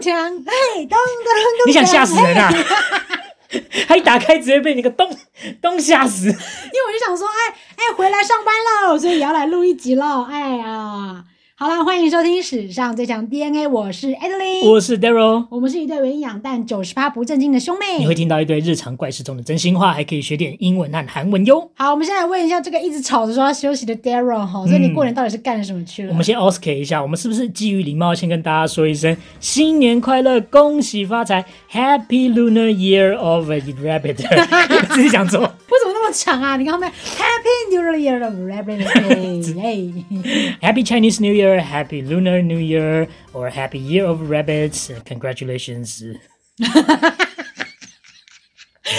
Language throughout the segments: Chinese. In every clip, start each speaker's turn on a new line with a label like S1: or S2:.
S1: 锵，嘿，咚咚咚。
S2: 你想吓死人啊
S1: 嘿！
S2: 他一打开直接被你个咚咚吓死。
S1: 因为我就想说，哎哎，回来上班喽，所以也要来录一集喽。哎呀，好啦，欢迎收听史上最强 DNA，我是 Adeline，我
S2: 我是 Daryl，
S1: 们是一对文养但九十八不正经的兄
S2: 你
S1: 妹
S2: 会。听到一堆日常怪事中的真心话，还可以学点英文和韩文哟。
S1: 好，我们现在问一下这个一直吵着说要休息的 Daryl 哈，所以你
S2: 嗯
S1: 过年到底是干什么去了？
S2: 我们先 OSK 一下，我们是不是基于礼貌先跟大家说一声新年快乐，恭喜发财，Happy Lunar Year of a Rabbit？自己想做。
S1: 为什么那么长啊？你看后面 Happy New Year of Rabbit Day，哎
S2: Happy Chinese New Year, Happy Lunar New Year, or Happy Year of Rabbits. Congratulations！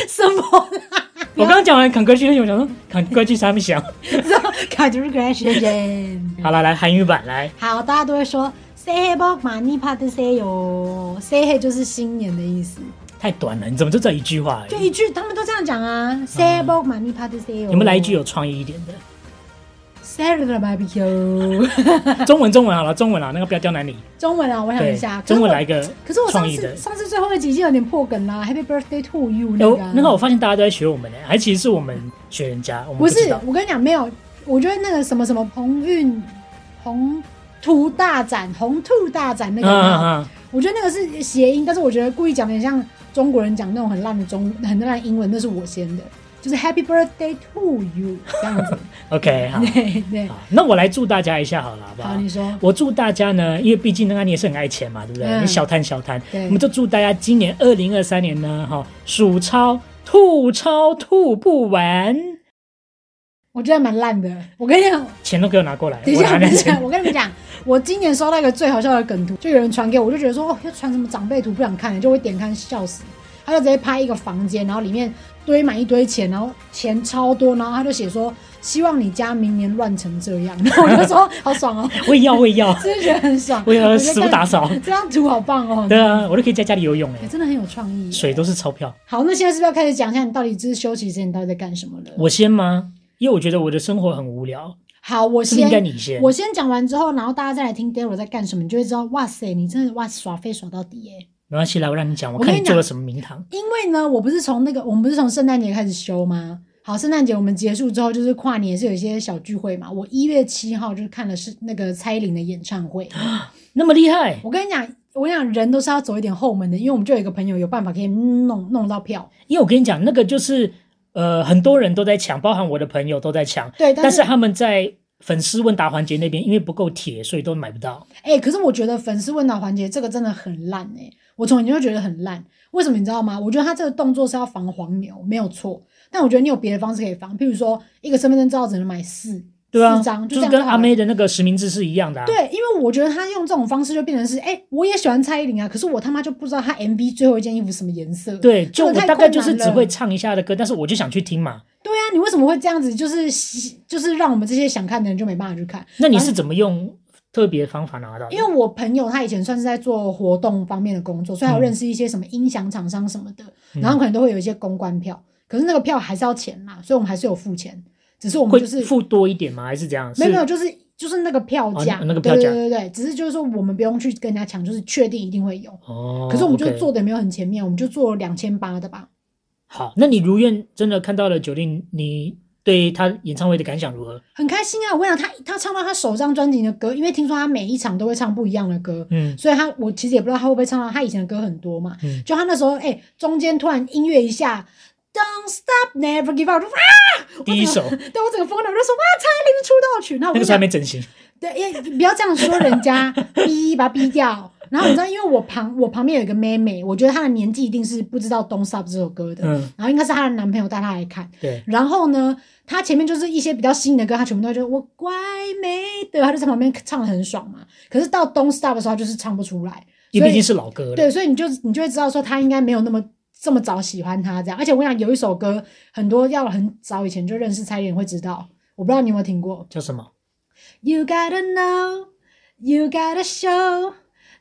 S1: 什么啦？
S2: 我刚刚讲完 congratulations，我想说 congratulations 还没响。
S1: 什么 Congratulations！
S2: 好了，来韩语版来。
S1: 好，大家都会说 “say hey b o k mani p a t say yo”。say hey 就是新年的意思，
S2: 太短了，你怎么就这一句话而
S1: 就
S2: 已？
S1: 一句，他们都这样讲啊。say hey b o k mani p a t say yo。
S2: 你们来一句有哦创意一点的，
S1: “say the barbecue”。
S2: 中文中文好了，中文啊，那个不要刁难你。
S1: 中文啊，我想
S2: 对
S1: 一下，，
S2: 中文来一
S1: 一
S2: 个
S1: 可是我上
S2: 创意的
S1: 次。上次最后一集已经有点破梗啦，“Happy Birthday to you” 那
S2: 有
S1: 个啊
S2: 那个，哎我发现大家都在学我们呢，还其实是我们学人家，我们
S1: 不
S2: 知
S1: 是
S2: 道，。
S1: 我跟你讲，没有，我觉得那个什么什么鸿运鸿图大展、鸿兔大展那
S2: 嗯
S1: 个有没有，
S2: 嗯嗯，
S1: 我觉得那个是谐音，但是我觉得故意讲的像中国人讲那种很烂的中很烂的英文，那是我先的，就是 Happy Birthday to you 这样 子。
S2: OK，好，
S1: 对对，
S2: 好那我来祝大家一下好了，好不
S1: 好，
S2: 好？
S1: 你说
S2: 我祝大家呢，因为毕竟那个你也是很爱钱嘛，对不对？
S1: 嗯
S2: 你小贪小贪，
S1: 对
S2: 我们就祝大家今年二零二三年呢，哈、数钞吐钞吐不完，
S1: 我觉得蛮烂的。我跟你讲，
S2: 钱都给我拿过来，
S1: 等一
S2: 我拿
S1: 下，
S2: 那
S1: 等一下，
S2: 钱。
S1: 我跟你们讲，我今年收到一个最好笑的梗图，就有人传给我，我就觉得说哦，要传什么长辈图不想看了，就会点开笑死。他就直接拍一个房间，然后里面堆满一堆钱，然后钱超多，然后他就写说希望你家明年乱成这样。 然后我就说好爽哦，
S2: 我也要，我也要，
S1: 真的觉得很爽。
S2: 我也要
S1: 觉得
S2: 死不
S1: 看
S2: 打扫。
S1: 这张图好棒哦！
S2: 对啊，我都可以在家里游泳哎
S1: 哎、，真的很有创意。
S2: 水都是钞票。
S1: 好，那现在是不是要开始讲一下你到底就是休息之前你到底在干什么了？
S2: 我先吗？因为我觉得我的生活很无聊，
S1: 好，我
S2: 是不是应该
S1: 先
S2: 你先？
S1: 我先讲完之后，然后大家再来听 Daryl 在干什么，你就会知道，哇塞，你真的哇耍废耍到底耶、
S2: 没关系，来我让你讲，我
S1: 我跟
S2: 看
S1: 你
S2: 你做
S1: 讲
S2: 了什么名堂。
S1: 因为呢，我不是从那个，我们不是从圣诞节开始休吗？好，圣诞节我们结束之后就是跨年，也是有一些小聚会嘛。我一月七号就是看了是那个蔡依林的演唱 会。
S2: 那么厉害，
S1: 我跟你讲，我跟你讲，人都是要走一点后门的，因为我们就有一个朋友有办法可以弄弄到票。
S2: 因为我跟你讲，那个就是呃，很多人都在抢，包含我的朋友都在抢，
S1: 对，
S2: 但
S1: 但
S2: 是他们在粉丝问答环节那边，因为不够铁，所以都买不到。
S1: 哎、可是我觉得粉丝问答环节这个真的很烂哎、我从以前就觉得很烂，为什么你知道吗？我觉得他这个动作是要防黄牛，没有错，但我觉得你有别的方式可以防，譬如说一个身份证照只能买四，
S2: 对啊，
S1: 四张，
S2: 就是
S1: 这样
S2: 跟
S1: 好
S2: 阿
S1: 了
S2: 妹的那个实名制是一样的、啊。，
S1: 对，因为我觉得他用这种方式就变成是，哎、我也喜欢蔡依林啊，可是我他妈就不知道他 MV 最后一件衣服什么颜色。
S2: 对，
S1: 这
S2: 就
S1: 个
S2: 我
S1: 太
S2: 大概
S1: 困
S2: 就是
S1: 难
S2: 只会
S1: 了
S2: 唱一下的歌，但是我就想去听嘛。
S1: 对啊，你为什么会这样子？就是吸就是让我们这些想看的人就没办法去看。
S2: 那你是怎么用特别方法拿到的？
S1: 因为我朋友他以前算是在做活动方面的工作，所以他有
S2: 嗯
S1: 认识一些什么音响厂商什么的，
S2: 嗯
S1: 然后可能都会有一些公关票，可是那个票还是要钱啦，所以我们还是有付钱，只是我们
S2: 会
S1: 就是
S2: 付多一点吗？还是这样？
S1: 没有没有，
S2: 是，
S1: 就是就是那个票
S2: 哦
S1: 价，
S2: 那那个票价
S1: 对对对对，只是就是说我们不用去跟人家抢，就是确定一定会有。
S2: 哦，
S1: 可是我们就
S2: OK
S1: 做的没有很前面，我们就做两千八的吧。
S2: 好。那你如愿真的看到了九令，你对他演唱会的感想如何？
S1: 很开心啊！我跟你讲，他他唱到他首张专辑的歌，因为听说他每一场都会唱不一样的歌，
S2: 嗯
S1: 所以他我其实也不知道他会不会唱到他以前的歌很多嘛。
S2: 嗯
S1: 就他那时候，哎、中间突然音乐一下，Don't stop, never give up，我就啊！我
S2: 第一首
S1: 整个对我整个疯了，我就说哇，蔡依林的出道曲。那 我跟
S2: 那个
S1: 你
S2: 时
S1: 讲
S2: 候还没，整 形，
S1: 对，也不要这样说人 家，逼把他逼掉。然后你知道，因为我旁我旁边有一个妹妹，我觉得她的年纪一定是不知道《Don't Stop》这首歌的，
S2: 嗯，
S1: 然后应该是她的男朋友带她来看。
S2: 对，
S1: 然后呢，他前面就是一些比较新的歌，他全部都就我乖妹的，他就在旁边唱的很爽嘛。可是到 Don't Stop 的时候，他就是唱不出来，
S2: 因
S1: 所
S2: 为
S1: 以
S2: 毕竟是老歌了。
S1: 对，所以你就你就会知道说他应该没有那么这么早喜欢他这样。而且我想有一首歌，很多要很早以前就认识蔡依林会知道，我不知道你有没有听过
S2: 叫什么？
S1: You Gotta Know, You Gotta Show。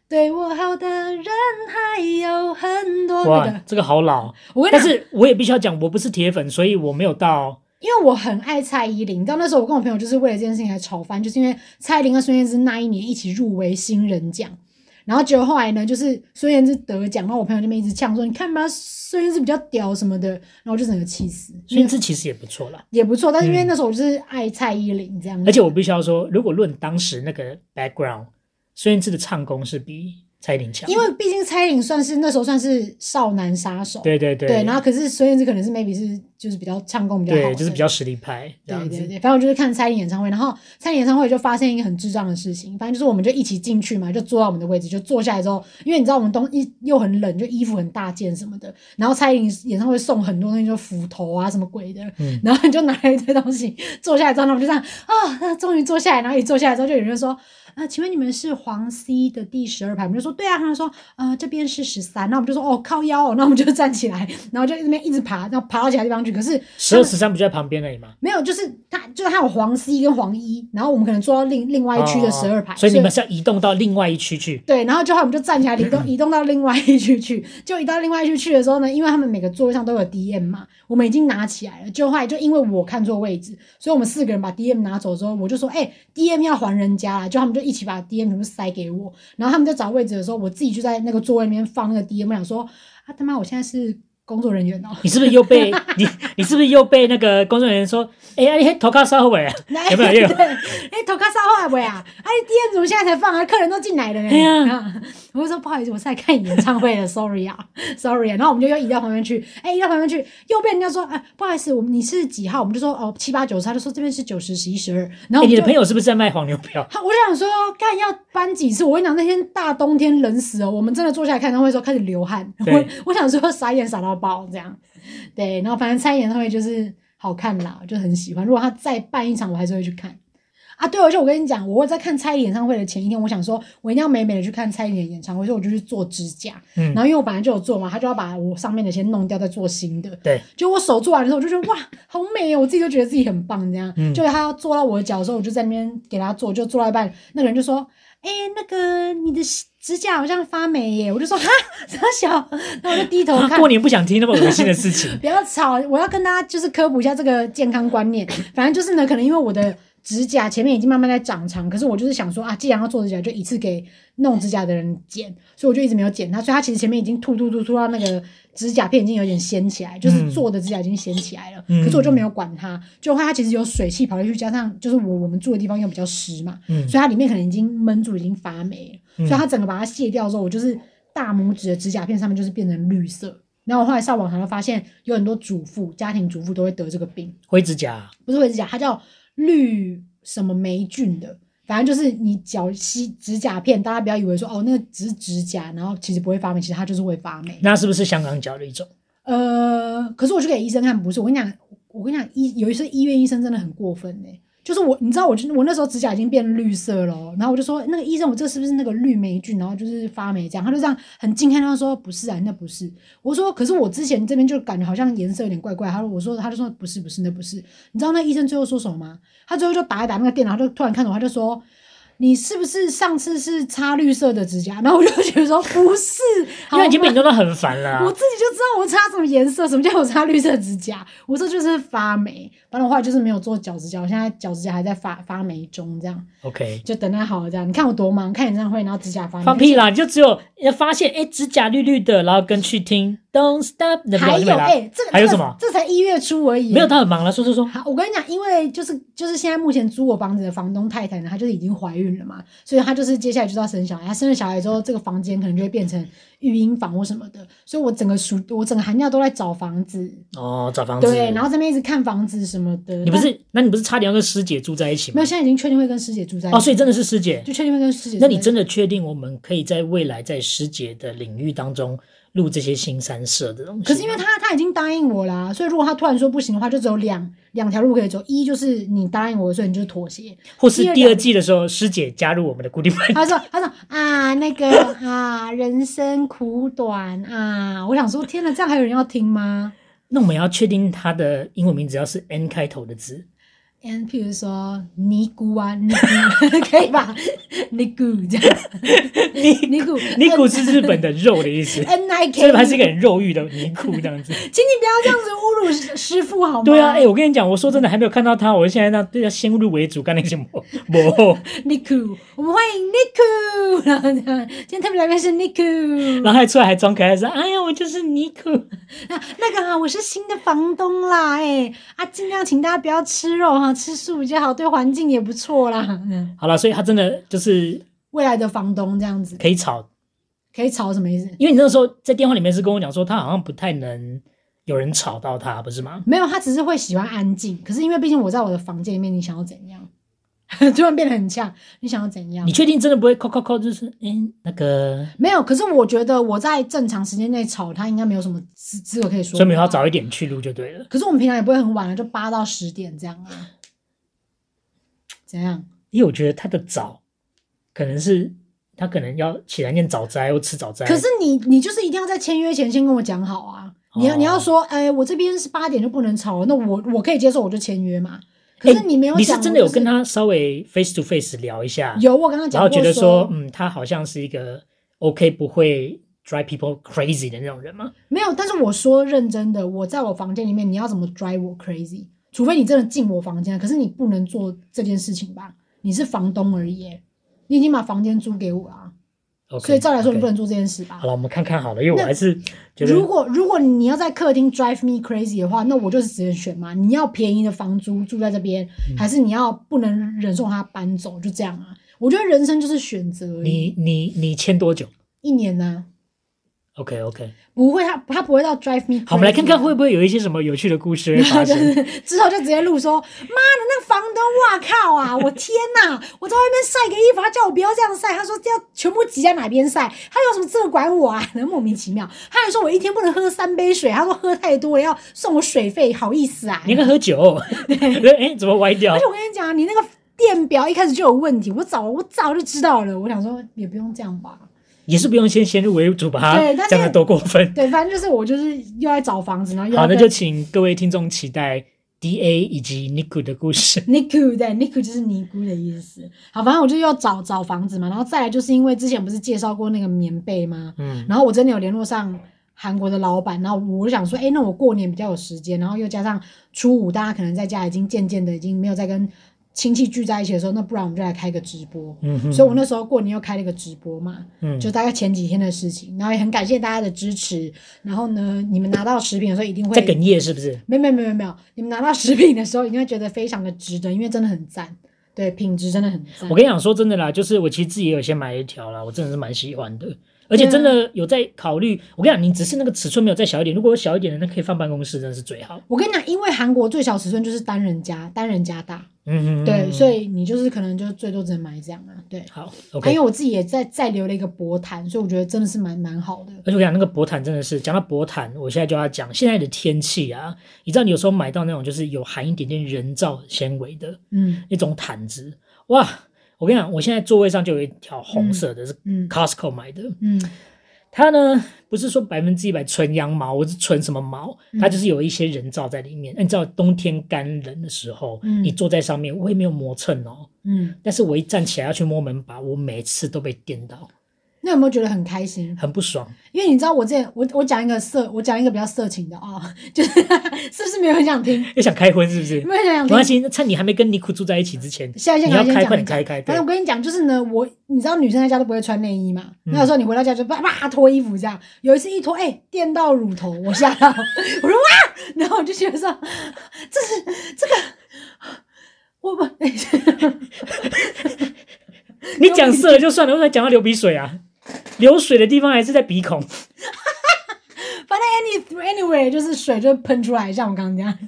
S1: 对我好的人还有很多哦那
S2: 哇
S1: 个，，
S2: 这个好老。
S1: 我跟你
S2: 但
S1: 讲，
S2: 是我也必须要讲，我不是铁粉，所以我没有到。
S1: 因为我很爱蔡依林，你知道那时候我跟我朋友就是为了这件事情还吵翻，就是因为蔡依林跟孙燕姿那一年一起入围新人奖，然后结果后来呢，就是孙燕姿得奖，然后我朋友那边一直呛说：“你看吧，孙燕姿比较屌什么的。”然后我就整个气死。
S2: 所以这其实也不错啦。
S1: 也不错，但是因为那时候我就是爱蔡依林这样子，
S2: 而且我必须要说，如果论当时那个 background，孙燕姿的唱功是比蔡依林强。
S1: 因为毕竟蔡依林算是那时候算是少男杀手，
S2: 对对对
S1: 然后可是孙燕姿可能是 maybe 是就是比较唱功比较好的，
S2: 对，就是比较实力派这
S1: 对
S2: 样
S1: 对
S2: 子。
S1: 对，反正我就是看蔡依林演唱会，然后蔡依林演唱会就发现一个很智障的事情，反正就是我们就一起进去嘛，就坐到我们的位置，就坐下来之后，因为你知道我们东西又很冷，就衣服很大件什么的，然后蔡依林演唱会送很多东西，就斧头啊什么鬼的，
S2: 嗯
S1: 然后你就拿了一堆东西坐下来之后，然后我们就这样啊，那终于坐下来，然后一坐下来之后，就有人说。啊、请问你们是黄 C 的第十二排？我们就说对啊，他说呃这边是十三，那我们就说哦靠腰哦，那我们就站起来，然后就那边一直爬，然后爬到其他地方去。可是
S2: 十二十三不就在旁边而已吗？
S1: 没有，就是他，就是他有黄 C 跟黄一，然后我们可能坐到另另外一区的
S2: 哦
S1: 十二排，
S2: 所以你们是要移动到另外一区去。
S1: 对，然后就后来我们就站起来移 动移动到另外一区去，就移到另外一区去的时候呢，因为他们每个座位上都有 DM 嘛，我们已经拿起来了，就后来就因为我看错位置，所以我们四个人把 DM 拿走之后，我就说，哎、d m 要还人家啦，就他们就一起把 DM 全部塞给我，然后他们在找位置的时候，我自己就在那个座位里面放那个 DM，我想说，啊他妈，我现在是工作人员哦、
S2: 你是不是 又被你你是不是又被那个工作人员说，哎、呀，你头卡烧尾啊？
S1: 来
S2: 有没有也有
S1: 对，哎，头壳烧坏不呀？哎，第二组现在才放啊，客人都进来了呢。
S2: 哎呀
S1: 啊，我就说不好意思，我是来看演唱会的，sorry 啊，sorry 啊。然后我们就又移到旁边去，哎，移到旁边去，又被人家说，哎，不好意思，我们你是几号？我们就说哦，七八九十，他就说这边是九十十一十二。然后
S2: 哎、
S1: 我们
S2: 你
S1: 就
S2: 的朋友是不是在卖黄牛票？
S1: 他，我就想说，干要搬几次？我跟你讲，那天大冬天冷死哦，我们真的坐下来看演唱会的时候开始流汗，
S2: 对
S1: 我我想说傻眼傻到爆这样。对，然后反正蔡依林演唱会就是好看啦，我就很喜欢。如果他再办一场，我还是会去看。啊，对，而且我跟你讲，我在看蔡依林演唱会的前一天，我想说，我一定要美美的去看蔡依林的演唱会，所以我就去做指甲。
S2: 嗯
S1: 然后因为我本来就有做嘛，他就要把我上面的先弄掉，再做新的。
S2: 对，
S1: 就我手做完的时候，我就觉得哇，好美哦！我自己就觉得自己很棒，这样。
S2: 嗯
S1: 就他要坐到我的脚的时候，我就在那边给他做，就做到一半，那个人就说：“哎、那个你的指甲好像发霉耶！”我就说：“哈， 傻小。”然后我就低头
S2: 啊
S1: 看。
S2: 过。年不想听那么恶心的事情
S1: 不要吵，我要跟大家就是科普一下这个健康观念。反正就是呢，可能因为我的指甲前面已经慢慢在长长，可是我就是想说啊，既然要做指甲，就一次给弄指甲的人剪，所以我就一直没有剪它。所以它其实前面已经突突突突到那个指甲片已经有点掀起来，就是
S2: 嗯
S1: 做的指甲已经掀起来了。
S2: 嗯
S1: 可是我就没有管它，就后来它其实有水汽跑进去，加上就是我我们住的地方又比较湿嘛，
S2: 嗯
S1: 所以它里面可能已经闷住，已经发霉了。
S2: 嗯
S1: 所以它整个把它卸掉之后，我就是大拇指的指甲片上面就是变成绿色。然后我后来上网查，就发现有很多主妇、家庭主妇都会得这个病，
S2: 灰指甲，
S1: 不是灰指甲，它叫绿什么霉菌的。反正就是你脚吸指甲片，大家不要以为说哦，那个只是指甲，然后其实不会发霉，其实它就是会发霉。
S2: 那是不是香港脚的一种？
S1: 呃，可是我去给医生看，不是我跟你讲，我跟你讲，医有一些医院医生真的很过分呢、就是我，你知道我，就我那时候指甲已经变绿色了哦，然后我就说那个医生，我这是不是那个绿霉菌？然后就是发霉这样，他就这样很近看，他说不是啊，那不是。我说可是我之前这边就感觉好像颜色有点怪怪。他说我说他就说不是不是那不是。你知道那医生最后说什么吗？他最后就打一打那个电脑，他就突然看着我，他就说你是不是上次是擦绿色的指甲？然后我就觉得说不是，
S2: 因为已经
S1: 好吗啊
S2: 被你弄到很烦了啊、
S1: 我自己就知道我擦什么颜色，什么叫我擦绿色指甲，我这就是发霉。反正我后来就是没有做脚趾甲，我现在脚趾甲还在发发霉中，这样
S2: OK，
S1: 就等它好了这样。你看我多忙，看演唱会，然后指甲发霉，
S2: 放屁啦！你就只有要发现，哎、指甲绿绿的，然后跟去听 Don't Stop 的
S1: 还
S2: 表就没
S1: 有
S2: 啦
S1: 哎、这个
S2: 还有
S1: 这个
S2: 什么
S1: 这才一月初而已，
S2: 没有，他很忙了，说说说，
S1: 好，我跟你讲，因为就是就是现在目前租我房子的房东太太呢，她就是已经怀孕了嘛，所以她就是接下来就是要生小孩。她生了小孩之后，这个房间可能就会变成育婴房或什么的，所以我整个暑我整个寒假都在找房子，
S2: 哦，找房子。
S1: 对，然后这边一直看房子什么的。
S2: 你不
S1: 但
S2: 是，那你不是差点要跟师姐住在一起
S1: 没
S2: 吗
S1: 有，？现在已经确定会跟师姐住在一起。
S2: 哦，所以真的是师姐。
S1: 就确定会跟师姐住在一起。
S2: 那你真的确定我们可以在未来在师姐的领域当中录这些新三社的东西吗？
S1: 可是因为他他已经答应我啦、所以如果他突然说不行的话，就只有两两条路可以走，一就是你答应我，所以你就妥 协。
S2: 或是
S1: 第
S2: 第
S1: 二
S2: 二季的时候，师姐加入我们的固定 班，
S1: 他说他说啊那个啊人生苦短啊，我想说天哪，这样还有人要听吗？
S2: 那我们要确定她的英文名字要是 N 开头的字，
S1: 嗯，譬如说尼姑啊，尼姑 可以吧？尼姑这样，
S2: 尼
S1: 尼姑，呃
S2: 尼姑是日本的肉的意 思，
S1: N I K，
S2: 所以它是一个很肉欲的尼姑 这样子。
S1: 请你不要这样子侮辱师师傅好吗？
S2: 对啊，哎、我跟你讲，我说真的还没有看到他，我现在让对他先入为主，干那些魔 魔。
S1: Niku，我们欢迎 Niku，然后这样，今天特别来宾是 Niku，
S2: 然后还出来还装可爱说：“哎呀，我就是尼姑。
S1: 那那个啊，我是新的房东啦，哎、啊，尽量请大家不要吃肉哈、吃素比较好，对环境也不错啦。嗯”
S2: 好了，所以他真的就是
S1: 未来的房东这样子，
S2: 可以吵，
S1: 可以吵什么意思？
S2: 因为你那时候在电话里面是跟我讲说，他好像不太能有人吵到他，不是吗？
S1: 没有，他只是会喜欢安静。可是因为毕竟我在我的房间里面，你想要怎样？ 突然变得很呛，你想要怎样
S2: 你？确定真的不会扣扣扣？就是哎、那个，
S1: 没有，可是我觉得我在正常时间内吵他，应该没有什么资资格可以说。
S2: 所以没有要早一点去录就对了。
S1: 可是我们平常也不会很晚啊了，就八到十点这样啊。怎样？
S2: 因为我觉得他的早，可能是他可能要起来念早斋或吃早斋。
S1: 可是你你就是一定要在签约前先跟我讲好啊！你要、
S2: 哦
S1: 你要说，哎、我这边是八点就不能吵，那我我可以接受，我就签约嘛。可是
S2: 哎
S1: 你没有
S2: 你
S1: 讲、
S2: 是真的有跟
S1: 他
S2: 他稍微 face to face 聊一下，
S1: 有我跟他
S2: 然
S1: 讲
S2: 后
S1: 过，
S2: 觉得说
S1: 说，
S2: 嗯，他好像是一个 OK 不会 drive people crazy 的那种人吗？
S1: 没有，但是我说认真的，我在我房间里面，你要怎么 drive 我 crazy？除非你真的进我房间，可是你不能做这件事情吧？你是房东而已耶，你已经把房间租给我啊
S2: OK，
S1: 所以照来说你不
S2: OK
S1: 能做这件事吧
S2: 好？了，我们看看好了，因为我
S1: 那
S2: 还是觉得
S1: 如果如果你要在客厅 drive me crazy 的话，那我就是只能选嘛。你要便宜的房租住在这边，
S2: 嗯
S1: 还是你要不能忍受他搬走？就这样啊。我觉得人生就是选择而已。
S2: 你你你签多久
S1: 一年呢、
S2: ？OK OK，
S1: 不会他他不会到 drive me crazy。啊
S2: 好，我们来看看会不会有一些什么有趣的故事会 发生。
S1: 之后就直接录说，妈的那个房东，哇靠 啊！我天哪！我在外面晒个衣服，他叫我不要这样晒，他说要全部挤在哪边晒，他有什么资格管我啊？ 莫名其妙。他还说我一天不能喝三杯水，他说喝太多了要送我水费，好意思啊？
S2: 你应该喝酒， 哎、怎么歪 掉
S1: 而且？我跟你讲，你那个电表一开始就有问题，我早我早就知道了。我想说也不用这样吧。
S2: 也是不用先先入为主吧
S1: 对那，
S2: 讲的
S1: 这
S2: 多过分。
S1: 对，反正就是我就是又在找房子，然后又
S2: 好，
S1: 要
S2: 那
S1: 跟
S2: 就请各位听众期待 D A 以及 Niku 的故事。
S1: Niku 对 Niku 就是尼姑的意思。好，反正我就要找找房子嘛，然后再来就是因为之前不是介绍过那个棉被吗？
S2: 嗯，
S1: 然后我真的有联络上韩国的老板，然后我就想说，哎，那我过年比较有时间，然后又加上初五大家可能在家已经渐渐的已经没有再跟亲戚聚在一起的时候，那不然我们就来开个直播。
S2: 嗯哼
S1: 所以我那时候过年又开了个直播嘛，
S2: 嗯
S1: 就大概前几天的事情，然后也很感谢大家的支持。然后呢，你们拿到食品的时候一定会嗯
S2: 在哽咽是不是？
S1: 没有没有没有没有，你们拿到食品的时候一定会觉得非常的值得，因为真的很赞，对，品质真的很赞
S2: 我。跟你讲，说真的啦，就是我其实自己也有先买一条啦，我真的是蛮喜欢的，而且真
S1: 啊
S2: 的有在考虑。我跟你讲，你只是那个尺寸没有再小一点，如果有小一点的，那可以放办公室，真的是最好。
S1: 我跟你讲，因为韩国最小尺寸就是单人加，单人加大，
S2: 嗯哼，
S1: 对，所
S2: 以
S1: 以你就是可能就最多只能买这样啊，对。
S2: 好
S1: 还
S2: ，OK。
S1: 有我自己也在再留了一个薄毯，所以我觉得真的是蛮蛮好的。
S2: 而且我跟你讲那个薄毯真的是，讲到薄毯，我现在就要讲现在的天气啊，你知道你有时候买到那种就是有含一点点人造纤维的
S1: 嗯
S2: 那种毯子，哇！我跟你讲，我现在座位上就有一条红色的，是
S1: 嗯
S2: Costco 买的，
S1: 嗯
S2: 它呢不是说百分之一百纯羊毛，我是纯什么毛，它
S1: 嗯
S2: 就是有一些人造在里面。哎那你知道冬天干冷的时候，
S1: 嗯
S2: 你坐在上面，我也没有磨蹭哦，
S1: 嗯，
S2: 但是我一站起来要去摸门把，我每次都被电到，
S1: 那有没有觉得很开心？
S2: 很不爽。
S1: 因为你知道我之前我我讲一个色，我讲一个比较色情的啊、就是 是不是没有很想听？
S2: 又想开荤是不是？
S1: 没有很想
S2: 没
S1: 听
S2: 关。系，那趁你还没跟尼库住在一起之前，
S1: 下一件
S2: 你要
S1: 赶快
S2: 开
S1: 先讲
S2: 快点
S1: 一讲
S2: 开开，对
S1: 反正我跟你讲，就是呢，我你知道女生在家都不会穿内衣嘛，
S2: 嗯
S1: 那有时候你回到家就叭叭脱衣服这样，有一次一脱，哎、电到乳头，我吓到，我说哇，然后我就觉得说，这是这个，我不，
S2: 你讲色了就算了，为什么讲到流鼻水啊？流水的地方还是在鼻孔，
S1: 反正 any anyway 就是水就喷出来，像我刚刚这样，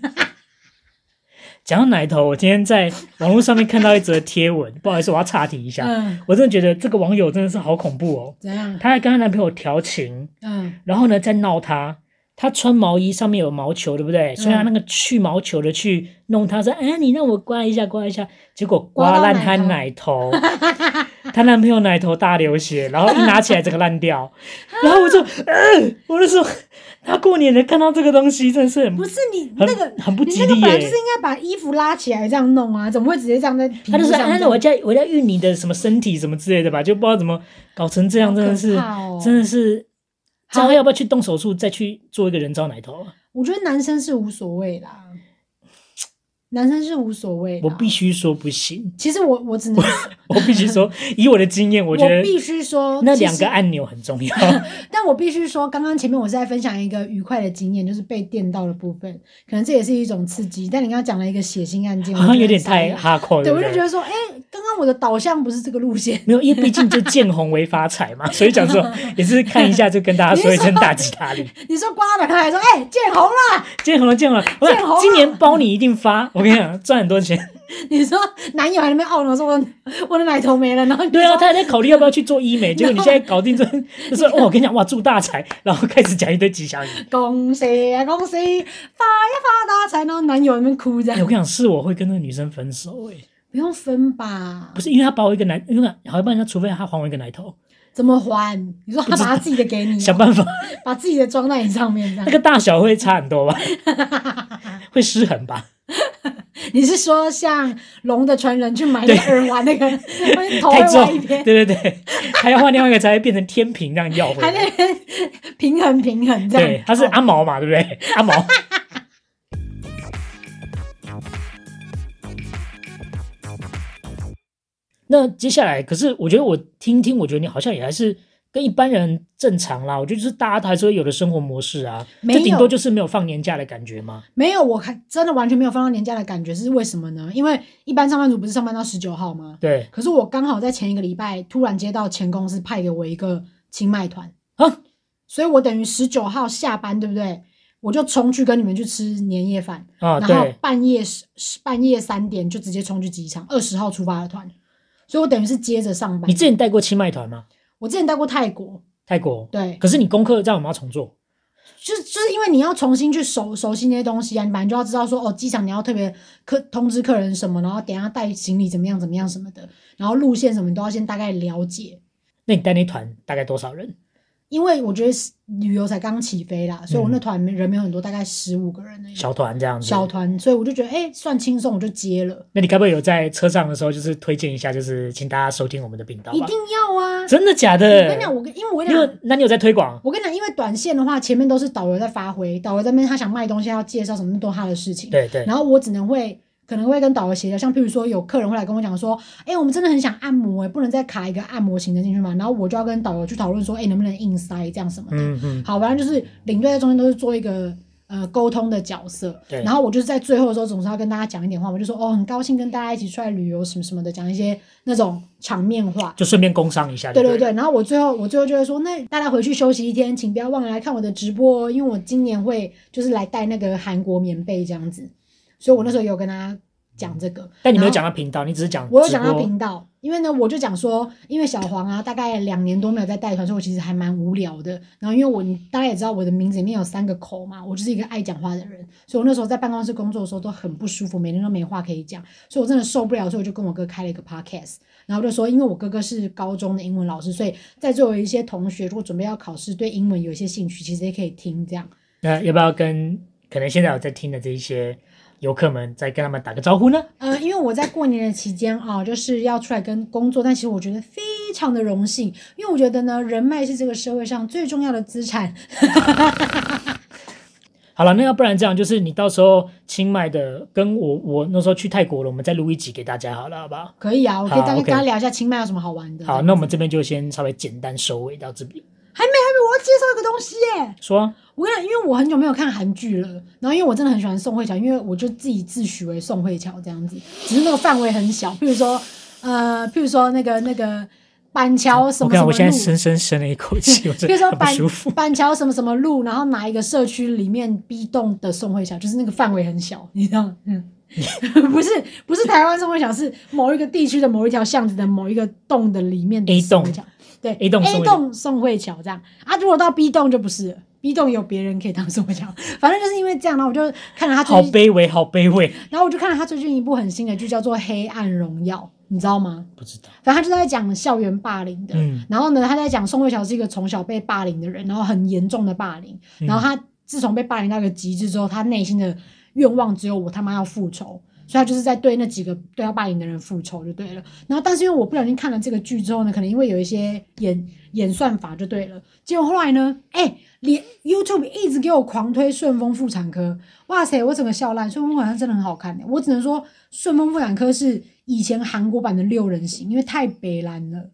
S2: 讲到奶头，我今天在网络上面看到一则贴文， 不好意思，我要岔题一下。
S1: 嗯，
S2: 我真的觉得这个网友真的是好恐怖哦！
S1: 怎样？
S2: 她还跟她男朋友调情，
S1: 嗯
S2: 然后呢再闹他。她穿毛衣上面有毛球，对不
S1: 嗯
S2: 对？所以她那个去毛球的去 弄他说：“哎，你让我刮一下，刮一下。”结果刮烂她奶头，她男朋友奶头大流血，然后一拿起来整个烂掉， 然后我就，呃，我就说，他过年能看到这个东西，真的是很
S1: 不是你
S2: 很
S1: 那个
S2: 很不
S1: 你
S2: 吉
S1: 那个
S2: 利
S1: 本来就
S2: 耶
S1: 是。应该把衣服拉起来这样弄啊，怎么会直接这样在皮
S2: 他就
S1: 肤
S2: 是，
S1: 上这样？
S2: 但是我在我在芋泥的什么身体什么之类的吧，就不知道怎么搞成这样，真的是
S1: 好可怕哦
S2: 真的是，之
S1: 好
S2: 后要不要去动手术再去做一个人造奶头？
S1: 我觉得男生是无所谓啦，男生是无所谓啦。
S2: 我必须说不行，
S1: 其实我我只能，
S2: 我必须说，以我的经验，我
S1: 我
S2: 觉得
S1: 必须说
S2: 那
S1: 其
S2: 两
S1: 实
S2: 个按钮很重 要。
S1: 但我必须说，刚刚前面我是在分享一个愉快的经验，就是被电到的部分，可能这也是一种刺激。但你刚刚讲了一个血腥案件，
S2: 好像有点
S1: 我觉
S2: 太
S1: 得很傻眼
S2: hardcore，
S1: 对，
S2: 不
S1: 我就觉
S2: 对？
S1: 得说，哎、刚刚我的导向不是这个路线。
S2: 没有，因为毕竟就见红为发财 嘛，所以讲这种也是看一下就跟大家说一声大吉 大利，
S1: 你说刮到他还说，哎、见红啦！
S2: 见红了见红了，我
S1: 见红
S2: 想
S1: 了
S2: 今年包你一定发，我跟你讲赚很多钱。
S1: 你说男友还在那边懊恼说我的，我的奶头没了，然后你就
S2: 对啊，
S1: 说
S2: 他还在考虑要不要去做医 美，结果你现在搞定这，就是哦哇，我跟你讲哇，祝大财，然后开始讲一堆吉祥语。
S1: 恭喜啊恭喜，发呀发大财，然后男友在那边哭这
S2: 哎、
S1: 样
S2: 我，跟你讲，是我会跟那个女生分手哎、
S1: 不用分吧
S2: 不？是因为她把我一个奶，因为好像不然她除非她还我一个奶头，
S1: 怎么还？你说他把他自己的给你啊、
S2: 想办法，
S1: 把自己的装在你上面这 样
S2: 那。个大小会差很 多吧，会失衡吧？
S1: 你是说像龙的传人去买那个耳环那个，头会歪
S2: 太
S1: 一
S2: 重，
S1: 边，
S2: 对对对，还要换另外一个才会变成天平这样要回
S1: 还在
S2: 来。
S1: 那边平衡平衡这样。哦
S2: 对，他是阿毛嘛，对不对？阿毛。 那接下来，可是我觉得我听听，我觉得你好像也还是跟一般人正常啦。我觉得就是大家还是会有的生活模式啊，
S1: 没有
S2: 就顶多就是没有放年假的感觉嘛。
S1: 没有，我看真的完全没有放到年假的感觉，是为什么呢？因为一般上班族不是上班到十九号吗？
S2: 对
S1: 可是我刚好在前一个礼拜突然接到前公司派给我一个清迈团，
S2: 啊，
S1: 所以我等于十九号下班，对不对？我就冲去跟你们去吃年夜饭，
S2: 啊，
S1: 然后
S2: 对，
S1: 半夜十十半夜三点就直接冲去机场，二十号出发的团，所以我等于是接着上班
S2: 你。之前带过清迈团吗？
S1: 我之前带过泰国，
S2: 泰国。
S1: 对，
S2: 可是你功课这样我们要重做，
S1: 就就是因为你要重新去熟熟悉那些东西啊，你本来就要知道说哦，机场你要特别客通知客人什么，然后等一下带行李怎么样怎么样什么的，然后路线什么你都要先大概了解，
S2: 那你带那团大概多少人？
S1: 因为我觉得是旅游才刚起飞啦，所以我那团人没有很多，大概十五个人而已，
S2: 嗯小团这样子。
S1: 小团，所以我就觉得哎、算轻松，我就接了，
S2: 那你该不会有在车上的时候，就是推荐一下，就是请大家收听我们的频道吧？
S1: 一定要啊！
S2: 真的假
S1: 我
S2: 的？
S1: 跟你讲，我跟因为我跟你
S2: 因
S1: 讲
S2: 为那你有在推广？
S1: 我跟你讲，因为短线的话，前面都是导游在发挥，导游在那边他想卖东西，要介绍什么都他的事情。
S2: 对对
S1: 然后我只能会可能会跟导游协调，像譬如说有客人会来跟我讲说，哎、我们真的很想按摩、哎，不能再卡一个按摩行程进去嘛。然后我就要跟导游去讨论说，哎、能不能硬塞这样什么的。
S2: 嗯嗯，
S1: 好，反正就是领队在中间都是做一个呃沟通的角色，
S2: 对
S1: 然后我就是在最后的时候总是要跟大家讲一点话，我就说哦，很高兴跟大家一起出来旅游什么什么的，讲一些那种场面话。
S2: 就顺便工商一下。
S1: 对
S2: 对
S1: 对
S2: 不
S1: 对，然后我最后我最后就会说，那大家回去休息一天，请不要忘了来看我的直播哦，因为我今年会就是来带那个韩国棉被这样子，所以我那时候有跟大家讲这个，
S2: 但你没
S1: 然
S2: 有
S1: 后
S2: 讲到频道，你只是讲
S1: 我有讲到
S2: 直播
S1: 频道，因为呢，我就讲说，因为小黄啊，大概两年多没有在带团，所以我其实还蛮无聊的。然后因为我你大家也知道我的名字里面有三个口嘛，我就是一个爱讲话的人，所以我那时候在办公室工作的时候都很不舒服，每天都没话可以讲，所以我真的受不了，所以我就跟我哥开了一个 podcast。然后就说，因为我哥哥是高中的英文老师，所以在座有一些同学如果准备要考试，对英文有一些兴趣，其实也可以听这样。
S2: 那要不要跟可能现在有在听的这一些游客们再跟他们打个招呼呢？
S1: 呃，因为我在过年的期间啊，就是要出来跟工作，但其实我觉得非常的荣幸，因为我觉得呢，人脉是这个社会上最重要的资产。
S2: 好了，那要不然这样，就是你到时候清迈的跟我我那时候去泰国了，我们再录一集给大家好了，好不好？
S1: 可以啊，我可以
S2: 好
S1: 大概
S2: OK
S1: 跟他聊一下清迈有什么好玩的。
S2: 好，
S1: 还没，
S2: 那我们这边就先稍微简单收尾到这里。
S1: 还没，我要介绍一个东西耶。
S2: 说啊、
S1: 我跟你讲，因为我很久没有看韩剧了，然后因为我真的很喜欢宋慧乔，因为我就自己自诩为宋慧乔这样子，只是那个范围很小，譬如说，呃，譬如说那个那个板桥什
S2: 我
S1: 么
S2: 看
S1: 什
S2: 我
S1: 么
S2: 现在
S1: 路。
S2: 深深深了一口气，我
S1: 比
S2: 真
S1: 如
S2: 的
S1: 说
S2: 很不
S1: 板
S2: 舒服。
S1: 板桥什么什么路，然后哪一个社区里面 B 栋的宋慧乔，就是那个范围很小，你知道吗？嗯， 不是不是台湾宋慧乔，是某一个地区的某一条巷子的某一个栋的里面的
S2: A
S1: 宋慧
S2: 栋
S1: 乔，对
S2: A 栋宋
S1: A
S2: 慧乔
S1: 栋宋慧乔这样啊。如果到 B 栋就不是了，B 栋有别人可以当宋慧乔，反正就是因为这样，然后我就看了他
S2: 好
S1: 最近，
S2: 卑微，好卑微。
S1: 然后我就看了他最近一部很新的剧叫做《黑暗荣耀》，你知道吗？
S2: 不知道，
S1: 反正他就在讲校园霸凌的。
S2: 嗯
S1: 然后呢，他在讲宋慧乔是一个从小被霸凌的人，然后很严重的霸凌。
S2: 嗯
S1: 然后他自从被霸凌到一个极致之后，他内心的愿望只有我他妈要复仇，所以他就是在对那几个对他霸凌的人复仇就对了。然后，但是因为我不小心看了这个剧之后呢，可能因为有一些演演算法就对了，结果后来呢，哎、连 YouTube 一直给我狂推《顺风妇产科》，哇塞，我整个笑烂，《顺风妇产科》真的很好看、欸、我只能说，《顺风妇产科》是以前韩国版的六人行，因为太北蓝了。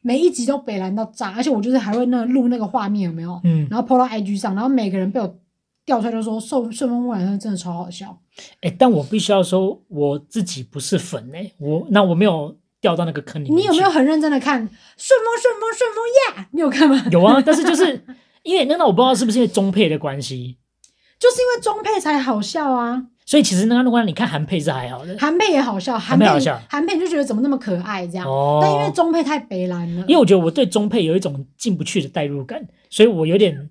S1: 每一集都北蓝到炸，而且我就是还会那个录那个画面有没有？
S2: 嗯，
S1: 然后 PO 到 IG 上，然后每个人被我调出来就说《顺顺风晚上真的超好笑。
S2: 哎、但我必须要说，我自己不是粉哎、我那我没有掉到那个坑里面。
S1: 你有没有？很认真的看《顺风顺风顺风耶》？你有看吗？
S2: 有啊，但是就是因为那那我不知道是不是因为中配的关系，
S1: 就是因为中配才好笑啊，
S2: 所以其实那如果你看韩配是还好的，
S1: 韩配也好笑，韩
S2: 配
S1: 配
S2: 好笑
S1: 韩配就觉得怎么那么可爱这样。
S2: 哦
S1: 但因为中配太北蓝了，
S2: 因为我觉得我对中配有一种进不去的代入感，所以我有点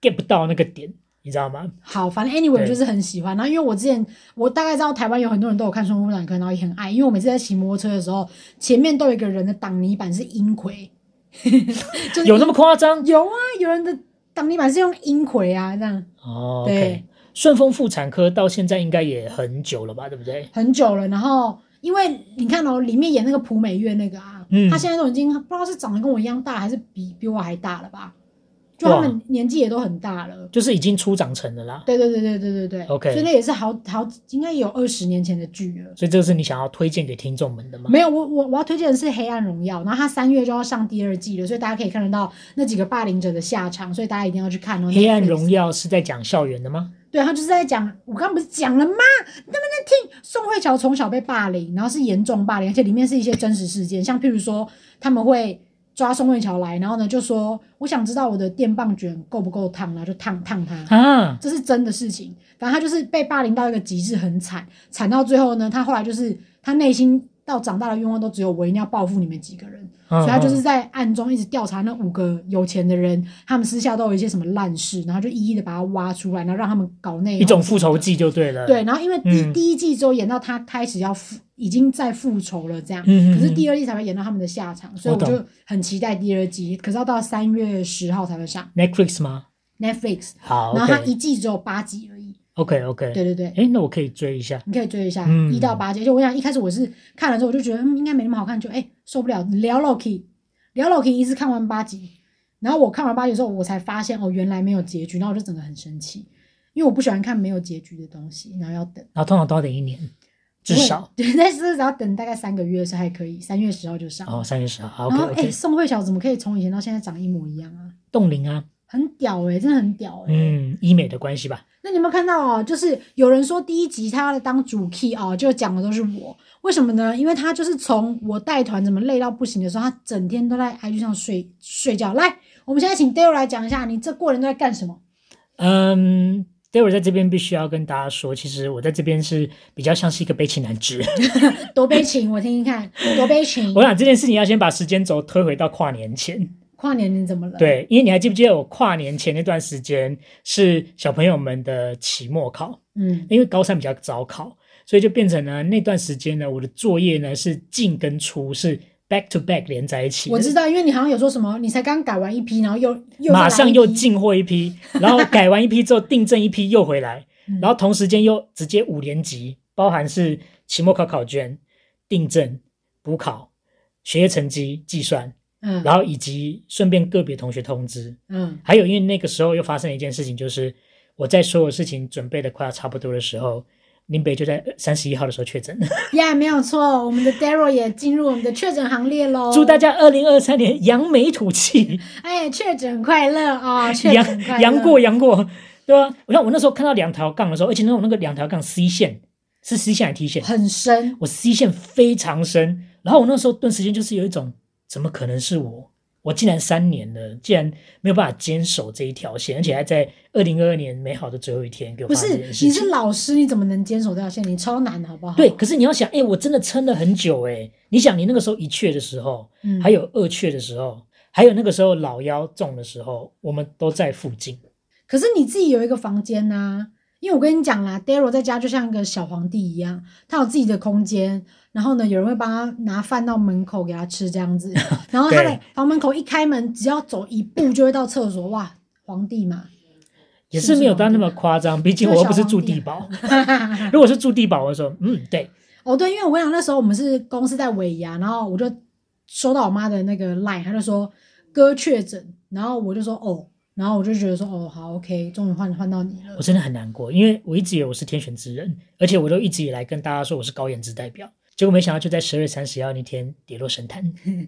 S2: get 不到那个点，你知道吗？
S1: 好，反正 anyway
S2: 对
S1: 我就是很喜欢。然后因为我之前我大概知道台湾有很多人都有看《孙悟空科》，然后也很爱，因为我每次在骑摩托车的时候，前面都有一个人的挡泥板是阴葵，就是
S2: 有那么夸张？
S1: 有啊，有人的挡泥板是用阴葵啊，这样
S2: 哦，
S1: 对
S2: OK，顺丰妇产科到现在应该也很久了吧，对不对？
S1: 很久了。然后因为你看哦，里面演那个朴美月那个啊，
S2: 嗯
S1: 他现在都已经不知道是长得跟我一样大，还是比比我还大了吧？就他们年纪也都很大了。
S2: 就是已经初长成了啦，
S1: 对对对对对对对
S2: OK
S1: 所以那也是好好应该有二十年前的剧了。
S2: 所以这个是你想要推荐给听众们的吗？
S1: 没有，我我我要推荐的是《黑暗荣耀》，然后它三月就要上第二季了，所以大家可以看得到那几个霸凌者的下场，所以大家一定要去看哦。
S2: 黑暗
S1: Netflix
S2: 荣耀是在讲校园的吗？
S1: 对，他就是在讲，我刚不是讲了吗？那么在听宋慧乔从小被霸凌，然后是严重霸凌，而且里面是一些真实事件，像譬如说他们会抓宋慧乔来，然后呢就说我想知道我的电棒卷够不够烫，然后就烫烫她。
S2: 啊，
S1: 这是真的事情。反正他就是被霸凌到一个极致，很惨，惨到最后呢，他后来就是他内心到长大的愿望都只有我一定要报复你们几个人，
S2: 嗯
S1: 所以他就是在暗中一直调查那五个有钱的人，他们私下都有一些什么烂事，然后就一一的把他挖出来，然后让他们搞那
S2: 一种复仇。记就对了。
S1: 对，，然后因为第、
S2: 嗯
S1: 第一季之后演到他开始要复，已经在复仇了这样，
S2: 嗯嗯嗯
S1: 可是第二季才会演到他们的下场，所以
S2: 我
S1: 我
S2: 懂
S1: 就很期待第二季，可是要到三月十号才会上
S2: Netflix 吗？
S1: Netflix，
S2: 好
S1: 然后它
S2: ，OK
S1: 一季只有八集而已，
S2: OK OK，
S1: 对对对，
S2: 哎，那我可以追一下。
S1: 你可以追一下
S2: 嗯
S1: 一到八集。而且我想一开始我是看了之后，我就觉得嗯应该没那么好看，就哎、受不了。聊 Loki，聊 Loki 一次看完八集，然后我看完八集之后，我才发现哦原来没有结局，然后我就整个很生气，因为我不喜欢看没有结局的东西，然后要等
S2: 然后通常都要等一年，至少
S1: 对， 但是至少要等大概三个月是还可以，三月十号就上。
S2: 哦，三月十号。
S1: 然
S2: OK
S1: 后哎、
S2: OK，
S1: 宋慧乔怎么可以从以前到现在长一模一样啊？
S2: 冻龄啊，
S1: 很屌哎、真的很屌哎、
S2: 嗯，医美的关系吧。
S1: 那你有没有看到哦？就是有人说第一集他要当主 key 哦，就讲的都是我，为什么呢？因为他就是从我带团怎么累到不行的时候，他整天都在 IG 上睡睡觉。来，我们现在请 Daryl 来讲一下，你这过年都在干什么？
S2: 嗯，待会儿在这边必须要跟大家说，其实我在这边是比较像是一个悲情男子。
S1: 多悲情，我听听看，多悲情
S2: 我。想这件事情要先把时间轴推回到跨年前。
S1: 跨年你怎么了？，
S2: 对，因为你还记不记得我跨年前那段时间是小朋友们的期末考，
S1: 嗯，
S2: 因为高三比较早考，所以就变成呢那段时间呢，我的作业呢是进跟出是 back to back 连在一起的，
S1: 我知道，因为你好像有说什么，你才刚改完一批，然后又又再来
S2: 马
S1: 一
S2: 上又
S1: 批，
S2: 进货一批，然后改完一批之后订正一批又回来，
S1: 嗯
S2: 然后同时间又直接五年级，包含是期末考考卷、订正、补考、学业成绩计算，
S1: 嗯
S2: 然后以及顺便个别同学通知。
S1: 嗯
S2: 还有，因为那个时候又发生了一件事情，就是我在所有事情准备的快要差不多的时候，林北就在三十一号的时候确诊。
S1: 呀没有错，我们的 Daryl 也进入我们的确诊行列喽。
S2: 祝大家二零二三年扬眉吐气，
S1: 哎确诊快乐啊、 确诊快乐。
S2: 扬扬过扬过，对吧、我看我那时候看到两条杠的时候，而且那种那个两条杠 C 线是 C 线还是 T 线？
S1: 很深，
S2: 我 C 线非常深，然后我那时候顿时间就是有一种，怎么可能是我？我竟然三年了，竟然没有办法坚守这一条线，而且还在二零二二年美好的最后一天给我
S1: 不
S2: 发生
S1: 是
S2: 这件事情。
S1: 你是老师，你怎么能坚守这条线？你超难的，好不好？
S2: 对，，可是你要想，哎、我真的撑了很久、哎，你想，你那个时候一雀的时候，
S1: 嗯
S2: 还有二雀的时候，还有那个时候老妖中的时候，我们都在附近。
S1: 可是你自己有一个房间呐、啊因为我跟你讲啦，Daryl 在家就像一个小皇帝一样，他有自己的空间，然后呢，有人会帮他拿饭到门口给他吃这样 子，然后他的
S2: 对
S1: 房门口一开门，只要走一步就会到厕所，哇，皇帝嘛，
S2: 也是没有到那么夸张，毕竟我又不是住地堡。如果是住地堡，我会说嗯，对，
S1: 哦，对，因为我跟你讲，那时候我们是公司在尾牙，然后我就收到我妈的那个 line，她就说哥确诊，然后我就说哦，然后我就觉得说哦，好，OK，终于换换到你了
S2: 我。真的很难过，因为我一直以为我是天选之人，而且我都一直以来跟大家说我是高颜值代表，结果没想到就在十二月三十号那天跌落神坛，
S1: 嗯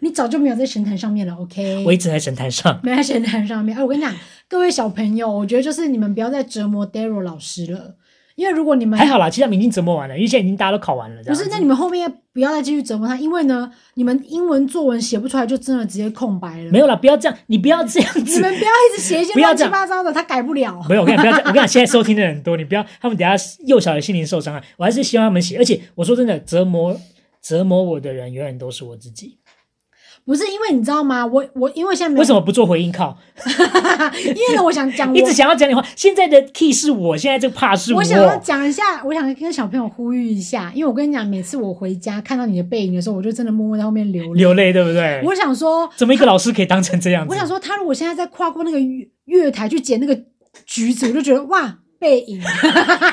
S1: 你早就没有在神坛上面了，OK？
S2: 我一直在神坛上。
S1: 没在神坛上面。哎、我跟你讲，各位小朋友，我觉得就是你们不要再折磨 Daryl 老师了，因为如果你们
S2: 还好啦，其实他们已经折磨完了，因为现在已经大家都考完了。
S1: 嗯不
S2: 这样子
S1: 是，那你们后面不要再继续折磨他，因为呢，你们英文作文写不出来，就真的直接空白了。
S2: 没有啦，不要这样，你不要这样
S1: 你
S2: 子。
S1: 们不要一直写一些
S2: 不要
S1: 乱
S2: 这
S1: 七
S2: 样
S1: 八糟的，他改不了。
S2: 没有，我跟你讲不要这样，我跟你讲，现在收听的人很多，你不要，他们等一下幼小的心灵受伤害。啊我还是希望他们写，而且我说真的，折磨折磨我的人永远都是我自己。
S1: 不是因为你知道吗？我我因为现在没有
S2: 为什么不做回应靠？
S1: 因为呢，我想讲
S2: 一直
S1: 我。
S2: 想要讲你话，现在的 key 是我，现在这个怕是
S1: 我想要讲一下，我想跟小朋友呼吁一下，因为我跟你讲，每次我回家看到你的背影的时候，我就真的默默在后面流泪。
S2: 流泪，对不对？
S1: 我想说，
S2: 怎么一个老师可以当成这样子？
S1: 我想说，他如果现在在跨过那个月月台去捡那个橘子，我就觉得哇，背影，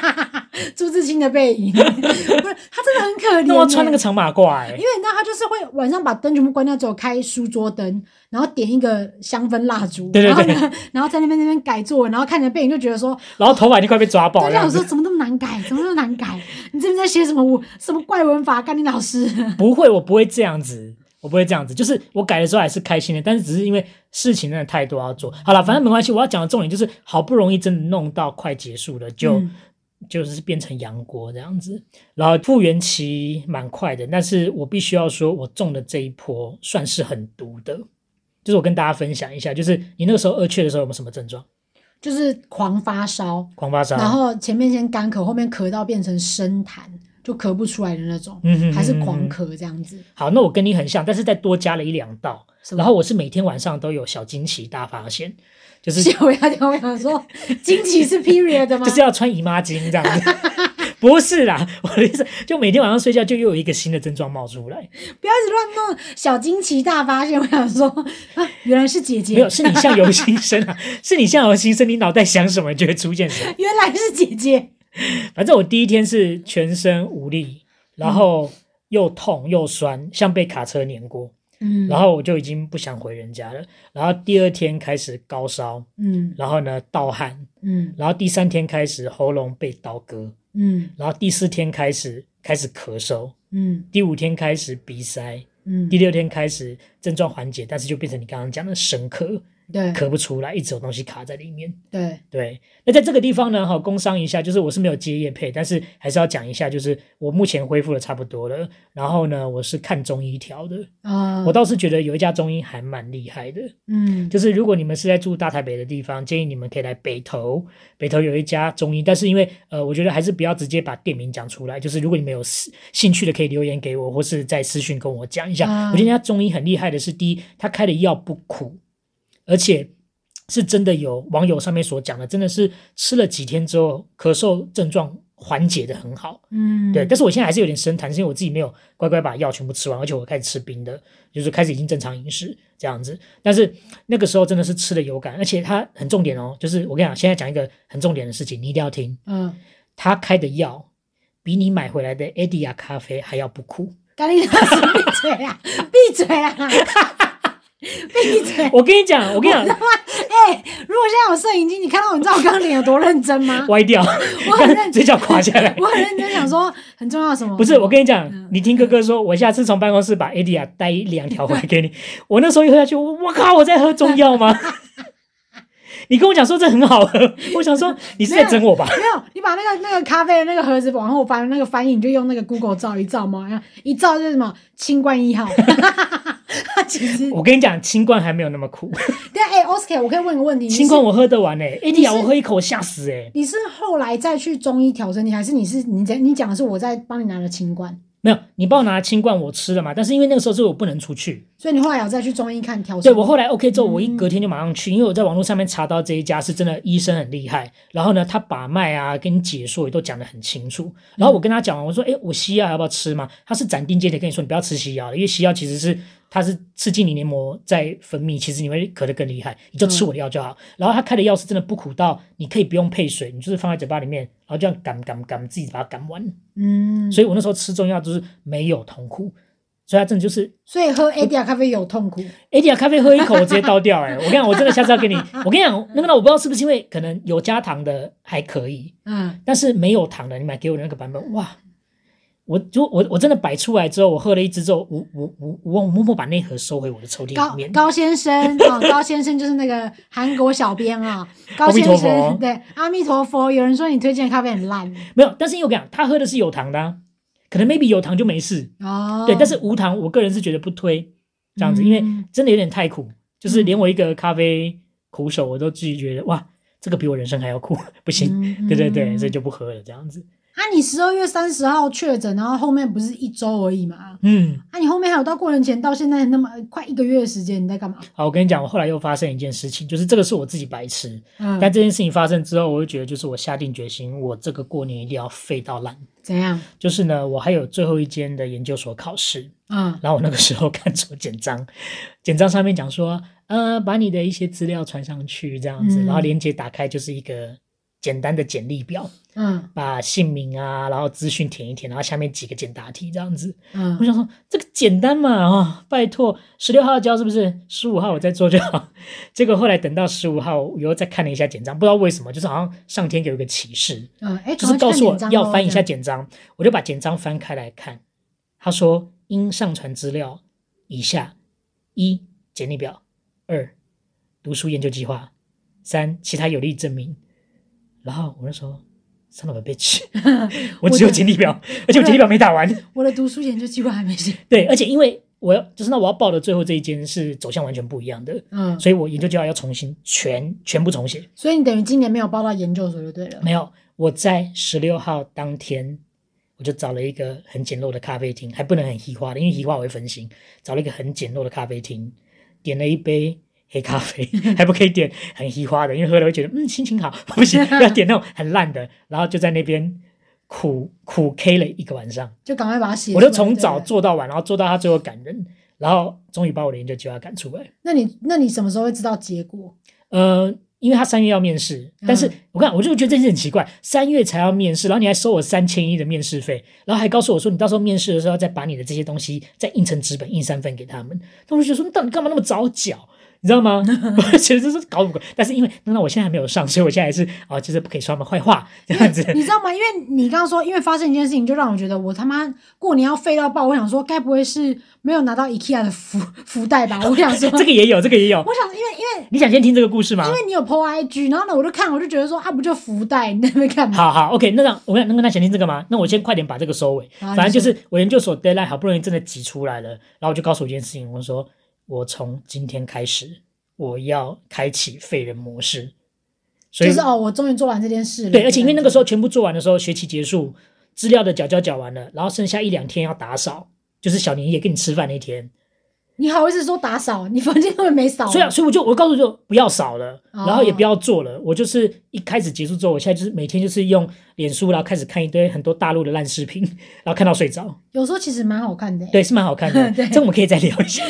S1: 朱自清的背影， 不是他真的很可怜、
S2: 那我要穿那个
S1: 欸
S2: 长马褂、欸，
S1: 因为你知道，他就是会晚上把灯全部关掉，只有开书桌灯，然后点一个香氛蜡烛，
S2: 对对对
S1: 然后呢，然后在那边那边改作文，然后看着背影就觉得说，
S2: 然后头发已经快被抓爆
S1: 对，
S2: 了。
S1: 就想说怎么那么难改， 怎么那么难改？你这边在写什么我什么怪文法？甘霖老师，
S2: 不会，我不会这样子，我不会这样子。就是我改的时候还是开心的，但是只是因为事情真的太多要做。好了，反正没关系。我要讲的重点就是，好不容易真的弄到快结束了，就、
S1: 嗯
S2: 就是变成杨国这样子。然后复原期蛮快的，但是我必须要说，我中的这一波算是很毒的。就是我跟大家分享一下，就是你那个时候二确的时候有没有什么症状？
S1: 就是狂发烧，
S2: 狂发烧，
S1: 然后前面先干咳，后面咳到变成生痰，就咳不出来的那种，
S2: 嗯哼
S1: 还是
S2: 嗯
S1: 狂
S2: 哼
S1: 咳这样子。
S2: 好，那我跟你很像，但是再多加了一两道。
S1: 什么
S2: 然后我是每天晚上都有小惊喜大发现，就是
S1: 吓我一跳，我想说，惊奇是 period 的吗？
S2: 就是要穿姨妈巾这样子。 不是啦，我的意思就每天晚上睡觉就又有一个新的症状冒出来，
S1: 不要一直乱弄，小惊奇大发现。我想说，啊，原来是姐姐
S2: 没，有是你相由心生啊， 是你相由心生，你脑袋想什么就会出现什么。
S1: 原来是姐姐。
S2: 反正我第一天是全身无力，然后又痛又酸，像被卡车碾过，
S1: 嗯
S2: 然后我就已经不想回人家了。然后第二天开始高烧，
S1: 嗯
S2: 然后呢盗汗，
S1: 嗯
S2: 然后第三天开始喉咙被刀割，
S1: 嗯
S2: 然后第四天开始开始咳嗽，
S1: 嗯
S2: 第五天开始鼻塞，
S1: 嗯
S2: 第，六天开始症状缓解，但是就变成你刚刚讲的深咳，
S1: 对
S2: 咳不出来，一直有东西卡在里面。
S1: 对，
S2: 对，那在这个地方呢，哈，工商一下，就是我是没有接业配，但是还是要讲一下，就是我目前恢复的差不多了，然后呢，我是看中医调的，
S1: 啊，
S2: 我倒是觉得有一家中医还蛮厉害的，
S1: 嗯
S2: 就是如果你们是在住大台北的地方，建议你们可以来北投，北投有一家中医，但是因为呃，我觉得还是不要直接把店名讲出来，就是如果你们有私兴趣的，可以留言给我，或是在私讯跟我讲一下。
S1: 啊
S2: 我觉得那家中医很厉害的是，第一，他开的药不苦，而且。是真的有网友上面所讲的，真的是吃了几天之后，咳嗽症状缓解的很好。
S1: 嗯
S2: 对，但是我现在还是有点生痰，是因为我自己没有乖乖把药全部吃完，而且我开始吃冰的，就是开始已经正常饮食这样子。但是那个时候真的是吃的有感，而且它很重点哦，就是我跟你讲，现在讲一个很重点的事情，你一定要听，
S1: 嗯，
S2: 他开的药比你买回来的艾迪亚咖啡还要不苦。
S1: 甘霖老师闭嘴 啦，闭嘴啦， 闭嘴！
S2: 哎我跟你讲，我跟你讲，
S1: 哎、如果现在有摄影机，你看到我，你知道我刚刚脸有多认真 吗？
S2: 歪掉，
S1: 我很认真
S2: 嘴角垮下来。
S1: 我很认真想说，很重要的什么？
S2: 不是，我跟你讲
S1: 嗯，
S2: 你听哥哥说，我下次从办公室把艾迪亚带一两条回来给你。 我那时候一喝下去，我我靠，我在喝中药吗？ 你跟我讲说这很好 喝，我想说你是在整我吧？
S1: 没有，你把那个那个咖啡的那个盒子往后翻，那个翻译你就用那个 Google 照一照嘛，然后一照就是什么清冠一 号。 其实，
S2: 我跟你讲，清冠还没有那么苦，
S1: 对，哎、o s c a r 我可以问个问题，你
S2: 清
S1: 是
S2: 冠我喝得完诶、艾迪亚
S1: 你
S2: 我
S1: 是
S2: 喝一口我吓死欸诶、
S1: 你是后来再去中医调身体，还是你是你在你讲的是我在帮你拿的清冠？
S2: 没有，你帮我拿清罐，我吃了嘛。但是因为那个时候是我不能出去，
S1: 所以你后来有再去中医看调
S2: 对
S1: 整？
S2: 我后来 OK 之后，我一隔天就马上去，因为我在网络上面查到这一家是真的医生很厉害，然后呢，他把脉啊跟你解说也都讲得很清楚。然后我跟他讲完，我说：“哎，我西药要不要吃嘛？”他是斩钉截铁跟你说：“你不要吃西药了，因为西药其实是它是刺激你黏膜在分泌，其实你会咳得更厉害，你就吃我的药就好。然后他开的药是真的不苦到你可以不用配水，你就是放在嘴巴里面，然后这样赶赶赶自己把它赶完。
S1: 嗯，
S2: 所以我那时候吃中药就是没有痛苦，所以它真的就是
S1: 所以喝 ADR 咖啡有痛苦，
S2: 哎，迪亚咖啡喝一口，我直接倒掉、哎，我跟你讲，我真的下次要给你，我跟你讲，那个呢，我不知道是不是因为可能有加糖的还可以，
S1: 嗯，
S2: 但是没有糖的，你买给我的那个版本，哇！我就我我真的摆出来之后，我喝了一支之后，我我我我默默把那盒收回我的抽屉
S1: 高
S2: 里面。
S1: 高先生啊、 高先生就是那个韩国小编啊，高先
S2: 阿弥陀佛
S1: 生对阿弥陀佛，有人说你推荐的咖啡很烂
S2: 没有，但是因为我跟你讲，他喝的是有糖的、啊，可能 maybe 有糖就没事，
S1: 哦，
S2: 对，但是无糖，我个人是觉得不推这样子，因为
S1: 嗯
S2: 真的有点太苦，就是连我一个咖啡苦手，我都自己觉得哇，这个比我人生还要苦， 不行，
S1: 嗯
S2: 对对对，所
S1: 嗯
S2: 以就不喝了这样子。
S1: 啊，你十二月三十号确诊，然后后面不是一周而已嘛？
S2: 嗯，
S1: 啊，你后面还有到过年前到现在那么快一个月的时间，你在干嘛？
S2: 好，我跟你讲，我后来又发生一件事情，就是这个是我自己白痴，
S1: 嗯，
S2: 但这件事情发生之后，我就觉得就是我下定决心，我这个过年一定要废到烂。
S1: 怎样？
S2: 就是呢，我还有最后一间的研究所考试，
S1: 嗯，
S2: 然后我那个时候看错简章， 简章上面讲说，呃，把你的一些资料传上去这样子，
S1: 嗯
S2: 然后链接打开就是一个简单的简历表，
S1: 嗯
S2: 把姓名啊，然后资讯填一填，然后下面几个简答题这样子。我
S1: 嗯，
S2: 想说这个简单嘛啊、拜托，十六号交是不是？十五号我再做就好。 结果后来等到十五号，我又再看了一下简章，不知道为什么，就是好像上天给我一个启示，
S1: 嗯，哎，
S2: 就是告诉我
S1: 赶快去看简章
S2: 要
S1: 咯
S2: 翻一下，简章，我就把简章翻开来看。他说应上传资料以下：一、简历表；二、读书研究计划；三、其他有利证明。然后我就说。上 了 bitch，我只有简历表，而且我简历表没打完。
S1: 这样我的读书研究计划还没写。
S2: 对，而且因为我要就是那我要报的最后这一间是走向完全不一样的，
S1: 嗯，
S2: 所以我研究计划要重新全全部重写。
S1: 所以你等于今年没有报到研究所就对了。
S2: 没有，我在十六号当天我就找了一个很简陋的咖啡厅，还不能很移化的，因为移化我会分心。找了一个很简陋的咖啡厅，点了一杯。黑咖啡 还不可以点很移花的，因为喝了会觉得嗯心情好， 不行，要点那种很烂的，然后就在那边苦苦 K 了一个晚上。
S1: 就赶快把它写出
S2: 我
S1: 来。
S2: 就从早
S1: 对不对。
S2: 做到晚，然后做到他最后感人，然后终于把我的研究计划赶出来。
S1: 那你那你什么时候会知道结 果？
S2: 呃，因为他三月要面试，但是
S1: 嗯
S2: 我看我就觉得这件事很奇怪，三月才要面试，然后你还收我三千一的面试费，然后还告诉我说你到时候面试的时候要再把你的这些东西再印成纸本印三份给他们，那我就觉得说你到底干嘛那么早缴？你知 道吗？我就觉得这是搞不过，但是因为那那我现在还没有上，所以我现在还是啊、就是不可以说他们坏话 这样子。
S1: 你知道吗？因为你刚刚说，因为发生一件事情，就让我觉得我他妈过年要废到爆。我想说，该不会是没有拿到 IKEA 的福福袋 吧？我想说，
S2: 这个也有，这个也有。
S1: 我想，因为因为
S2: 你想先听这个故事吗？
S1: 因为你有 PO IG，然后呢，我就看，我就觉得说，啊，不就福袋， 你在那边干嘛？
S2: 好好，OK，那让我跟那个那想听这个吗？那我先快点把这个收尾。
S1: 好
S2: 反正就
S1: 啊你说
S2: 是我研究所 deadline 好不容易真的挤出来了，然后我就告诉我一件事情，我说我从今天开始我要开启废人模式，所以、
S1: 就是哦，我终于做完这件事了。
S2: 对，而且因为那个时候全部做完的时候，学期结束，资料的缴交缴完了，然后剩下一两天要打扫，就是小年夜跟你吃饭那天，
S1: 你好意思说打扫， 你房间根本没扫。
S2: 所以啊，所以我就我告诉就不要扫了，
S1: 哦
S2: 然后也不要做了。我就是一开始结束之后，我现在就是每天就是用脸书，然后开始看一堆很多大陆的烂视频，然后看到睡着。
S1: 有时候其实蛮好看的、欸。
S2: 对，是蛮好看的，
S1: 对
S2: 这我们可以再聊一下。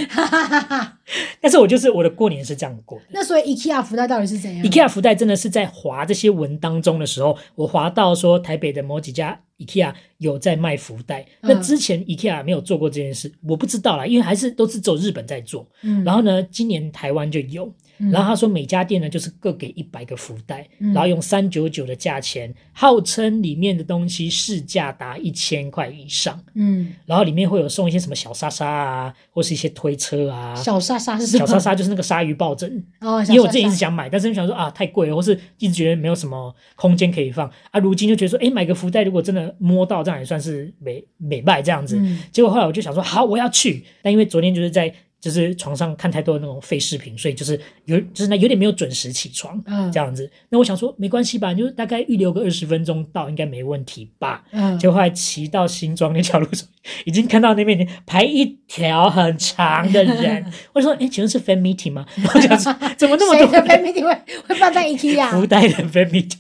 S2: 但是我就是我的过年是这样过的。
S1: 那所以 IKEA 福袋到底是怎样
S2: IKEA 福袋真的是在划这些文当中的时候，我划到说台北的某几家 IKEA 有在卖福袋。那
S1: 嗯
S2: 之前 IKEA 没有做过这件事，我不知道啦，因为还是都是走日本在做。
S1: 嗯，
S2: 然后呢，今年台湾就有，
S1: 嗯
S2: 然后他说每家店呢就是各给一百个福袋，
S1: 嗯
S2: 然后用三九九的价钱，号称里面的东西市价达一千块以上，
S1: 嗯，
S2: 然后里面会有送一些什么小沙沙啊，或是一些推车啊。
S1: 小莎莎是什
S2: 小
S1: 么？
S2: 沙沙就是那个鲨鱼抱枕，
S1: 哦，小
S2: 因为我之前一
S1: 莎
S2: 直
S1: 莎
S2: 想买，但是想说啊太贵了，或是一直觉得没有什么空间可以放啊。如今就觉得说，哎，买个福袋如果真的摸到，这样也算是美美卖这样子。
S1: 嗯
S2: 结果后来我就想说，好，我要去。但因为昨天就是在就是床上看太多那种废视频，所以就是有就是那有点没有准时起床
S1: 嗯
S2: 这样子。那我想说没关系吧，你就大概预留个二十分钟到，应该没问题吧。
S1: 嗯，
S2: 就后来骑到新庄那条路上，已经看到那边已经排一条很长的人。我说：“哎，请问是 fan meeting 吗？” 然后想说：“怎么那么
S1: 谁
S2: 多
S1: 的 fan meeting 会会放在啊 IKEA？
S2: 福袋的 fan meeting？”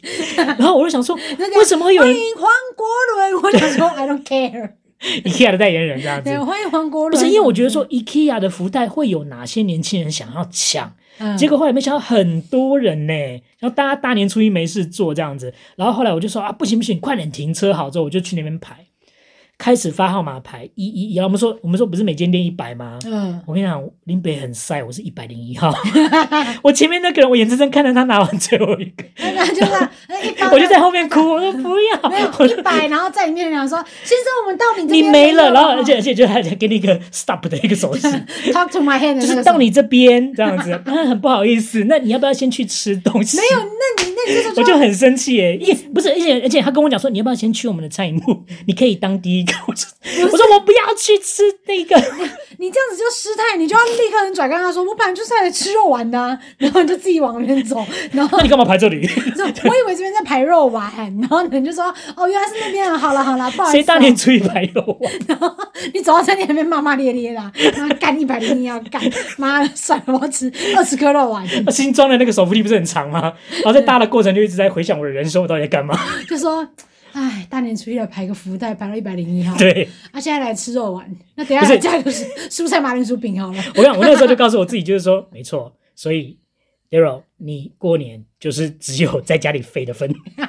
S2: 然后我就想说：“为什么会有
S1: 欢
S2: 人
S1: 迎黄国伦？我想 说 I don't care，
S2: IKEA 的代言人这样子
S1: 对，？”欢迎黄国
S2: 不
S1: 伦。
S2: 是因为我觉得说 IKEA 的福袋会有哪些年轻人想要抢，
S1: 嗯，
S2: 结果后来没想到很多人呢、然后大家大年初一没事做这样子，然后后来我就说啊，不行不行，快点停车好之后，我就去那边排，开始发号码牌一一一，然后我们说我们说不是每间店一百吗？
S1: 嗯，
S2: 我跟你讲，林北很晒，我是一百零 一号，我前面那个人，我眼睁睁看着他拿完最后一个，
S1: 那那就 这样，那一包
S2: 我就在后面哭，我说不
S1: 没
S2: 要，
S1: 有
S2: 我
S1: 一百，然后在你面前讲说：“先生，我们到你这
S2: 你
S1: 边
S2: 没了，
S1: 了。”
S2: 然后而且而且就还给你一个 stop 的一个手 势，
S1: talk to my hand 的那个
S2: 就是
S1: 时
S2: 到
S1: 候
S2: 你这边这样子， 啊，很不好意思，那你要不要先去吃东西？
S1: 没有，那你那你这时候
S2: 我
S1: 就
S2: 就很生气耶，因为不是，而且而且他跟我讲说，你要不要先去我们的餐饮部？ 你可以当第一个。 我说我说我不要去吃那 个，
S1: 你这样子就失态，你就要立刻很拽跟他说：“我本来就是来吃肉丸的、啊。”然后你就自己往那边走，然后
S2: 那你干嘛排这里？
S1: 就我以为这边在排肉丸，然后你就说：“哦，原来是那边啊！好了 好了，不好意
S2: 谁
S1: 思、
S2: 大
S1: 啊。
S2: 年初一排肉啊？”
S1: 然后你走到餐厅那边骂骂咧咧的、啊，妈干一百零一要啊干，妈的算了，我要吃二十颗肉丸，
S2: 那新装的那个手扶梯不是很长吗？然后在搭的过程就一直在回想我的人生，我到底在干嘛？
S1: 就说。哎，大年初一了，排个福袋，排到一百零一号。
S2: 对
S1: 啊，现在来吃肉丸，那等一
S2: 不
S1: 下
S2: 是
S1: 来加个蔬蔬菜马铃薯饼好了。
S2: 我想我那时候就告诉我自己，就是说，没错，所以 Daryl，你过年就是只有在家里废的份。
S1: 哦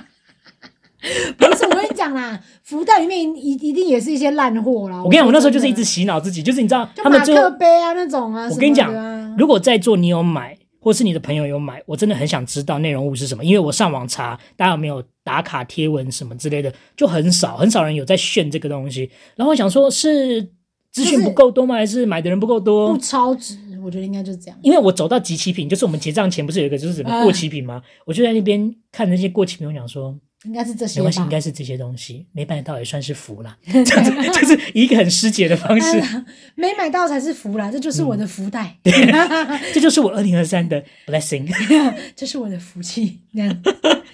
S1: 不是，我跟你讲啦，福袋里面一一定也是一些烂货啦。
S2: 我跟你讲，我那时候就是
S1: 觉
S2: 一
S1: 得
S2: 直洗脑自己，就是你知道
S1: 就
S2: 他们
S1: 马
S2: 最后
S1: 克杯啊那种啊。
S2: 我跟你
S1: 什么的啊
S2: 讲，如果在座你有买，或是你的朋友有买，我真的很想知道内容物是什么，因为我上网查，大家有没有打卡贴文什么之类的，就很少，很少人有在炫这个东西。然后我想说，是资讯不够多吗？还是买的人不够多
S1: 不？超值，我觉得应该就是这样。
S2: 因为我走到集齐品，就是我们结账前不是有一个就是什么
S1: 啊
S2: 过期品吗？我就在那边看那些过期品，我想说
S1: 应该是这些
S2: 没
S1: 吧
S2: 关系，应。该是这些东西，没买到也算是福啦，这样子就是以一个很师姐的方
S1: 哎
S2: 式，
S1: 没买到才是福啦，这就是我的福袋，
S2: 这就是我二零二三的 blessing。
S1: 这是我的福气。这样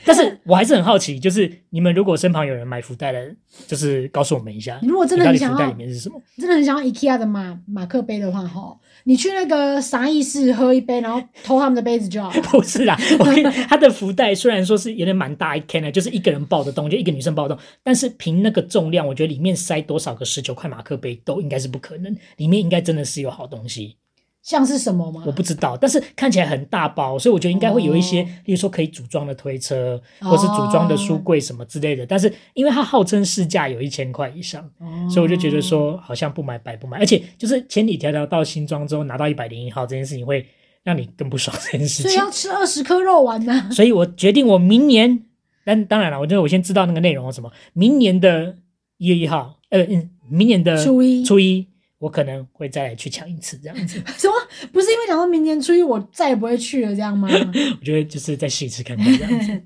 S2: 但是我还是很好奇，就是你们如果身旁有人买福袋的，就是告诉我们一下，
S1: 你如果真的
S2: 你到
S1: 很
S2: 底
S1: 想要
S2: 福袋里面是什么？
S1: 真的很想要 IKEA 的马马克杯的话，吼，你去那个啥意式喝一杯，然后偷他们的杯子就好了。
S2: 不是啦，我跟你他的福袋虽然说是有点蛮大一 can 的，就是一个人抱得动，就一个女生抱得动，但是凭那个重量，我觉得里面塞多少个十九块马克杯都应该是不可能，里面应该真的是有好东
S1: 哦
S2: 西，
S1: 像是什么吗？
S2: 我不知道，但是看起来很大包，所以我觉得应该会有一些，
S1: 哦
S2: 例如说可以组装的推车，或是组装的书柜什么之类的，但是因为它号称市价有一千块以上。
S1: 哦
S2: 所以我就觉得，说，好像不买白不买，而且就是千里迢迢到新庄之后拿到一百零一号这件事情，会让你更不爽这件事
S1: 所以
S2: 情。
S1: 要吃二十颗肉丸啊呢、
S2: 所以我决定，我明年，但当然了，我觉得我先知道那个内容是什么，明年的一月一号，呃，嗯，明年的
S1: 初一
S2: 初一，我可能会再来去抢一次这样子。
S1: 什么？不是因为讲到明年初一我再也不会去了这样吗？
S2: 我觉得就是再试一次看看这 样子。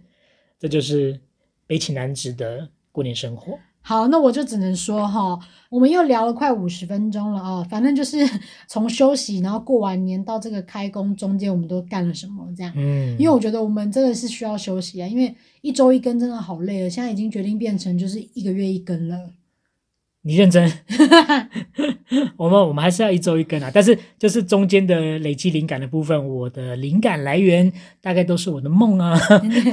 S2: 这就是悲情男子的过年生活。
S1: 好，那我就只能说哈，我们又聊了快五十分钟了啊、反正就是从休息，然后过完年到这个开工中间，我们都干了什么这样。
S2: 嗯，
S1: 因为我觉得我们真的是需要休息啊，因为一周一更真的好累了，现在已经决定变成就是一个月一更了。
S2: 你认真， 我们我们还是要一周一更啊，但是就是中间的累积灵感的部分，我的灵感来源大概都是我的 梦啊，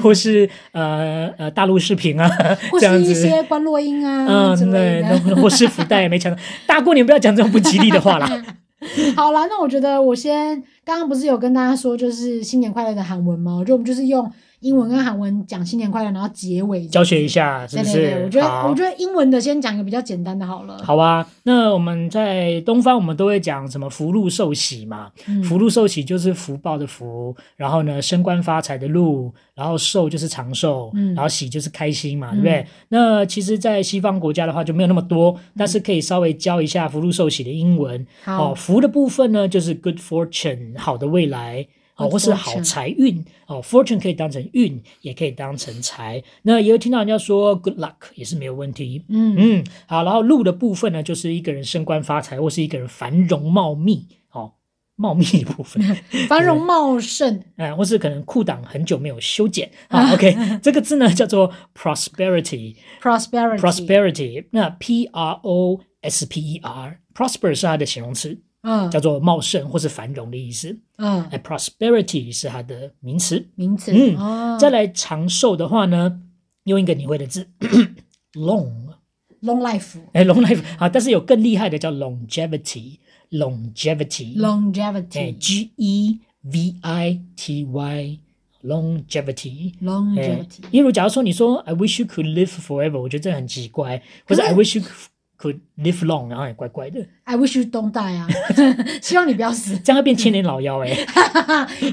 S2: 或是呃呃大陆视频啊，
S1: 或
S2: 这样
S1: 是一
S2: 子，
S1: 些关落音啊之
S2: 嗯，
S1: 类
S2: 对，
S1: 的。
S2: 那或是福袋也没抢到，大过年不要讲这种不吉利的话啦。
S1: 好啦，那我觉得我先刚刚不是有跟大家说，就是新年快乐的韩文吗？我觉得我们就是用英文跟韩文讲新年快乐，然后结尾
S2: 教学一。下，是
S1: 对
S2: 不
S1: 对
S2: 是？
S1: 对，我觉得
S2: 好
S1: 我觉得英文的先讲一个比较简单的好了。
S2: 好啊，那我们在东方，我们都会讲什么福禄寿喜嘛？
S1: 嗯
S2: 福禄寿喜就是福报的福，然后呢，升官发财的禄，然后寿就是长寿，
S1: 嗯
S2: 然后喜就是开心嘛，
S1: 嗯嗯
S2: 对不对？那其实，在西方国家的话就没有那么多，但是可以稍微教一下福禄寿喜的英文。哦，
S1: 好，
S2: 福的部分呢，就是 good fortune，好的未来。哦，
S1: Good
S2: 或是好
S1: fortune
S2: 财运哦，fortune 可以当成运，也可以当成财。那也有听到人家说 good luck 也是没有问题。
S1: 嗯，
S2: 嗯，好，然后禄的部分呢，就是一个人升官发财，或是一个人繁荣茂密。哦，茂密的部分，
S1: 繁
S2: 嗯
S1: 荣茂盛，
S2: 哎，或是可能裤裆很久没有修剪 啊。OK，这个字呢叫做 prosperity。
S1: prosperity。
S2: prosperity，那 P R O S P E R，prosper 是它的形容词，
S1: 嗯
S2: 叫做茂盛或是繁荣的意思。
S1: 嗯，
S2: 哎，prosperity 是它的名词。
S1: 名词。
S2: 嗯
S1: 哦
S2: 再来长寿的话呢，用一个你会的字 ，long。
S1: long life
S2: 哎，long life 好，但是有更厉害的叫 longevity。longevity。哎
S1: longevity
S2: ，G E V I T Y。longevity。哎
S1: longevity。
S2: 因为假如说你说 I wish you could live forever，我觉得这很奇怪，或者
S1: 可是
S2: I wish you could live long，然后也怪怪的，
S1: I wish you don't die 啊， 希望你不要死。
S2: 这样会变千年老妖哎、欸。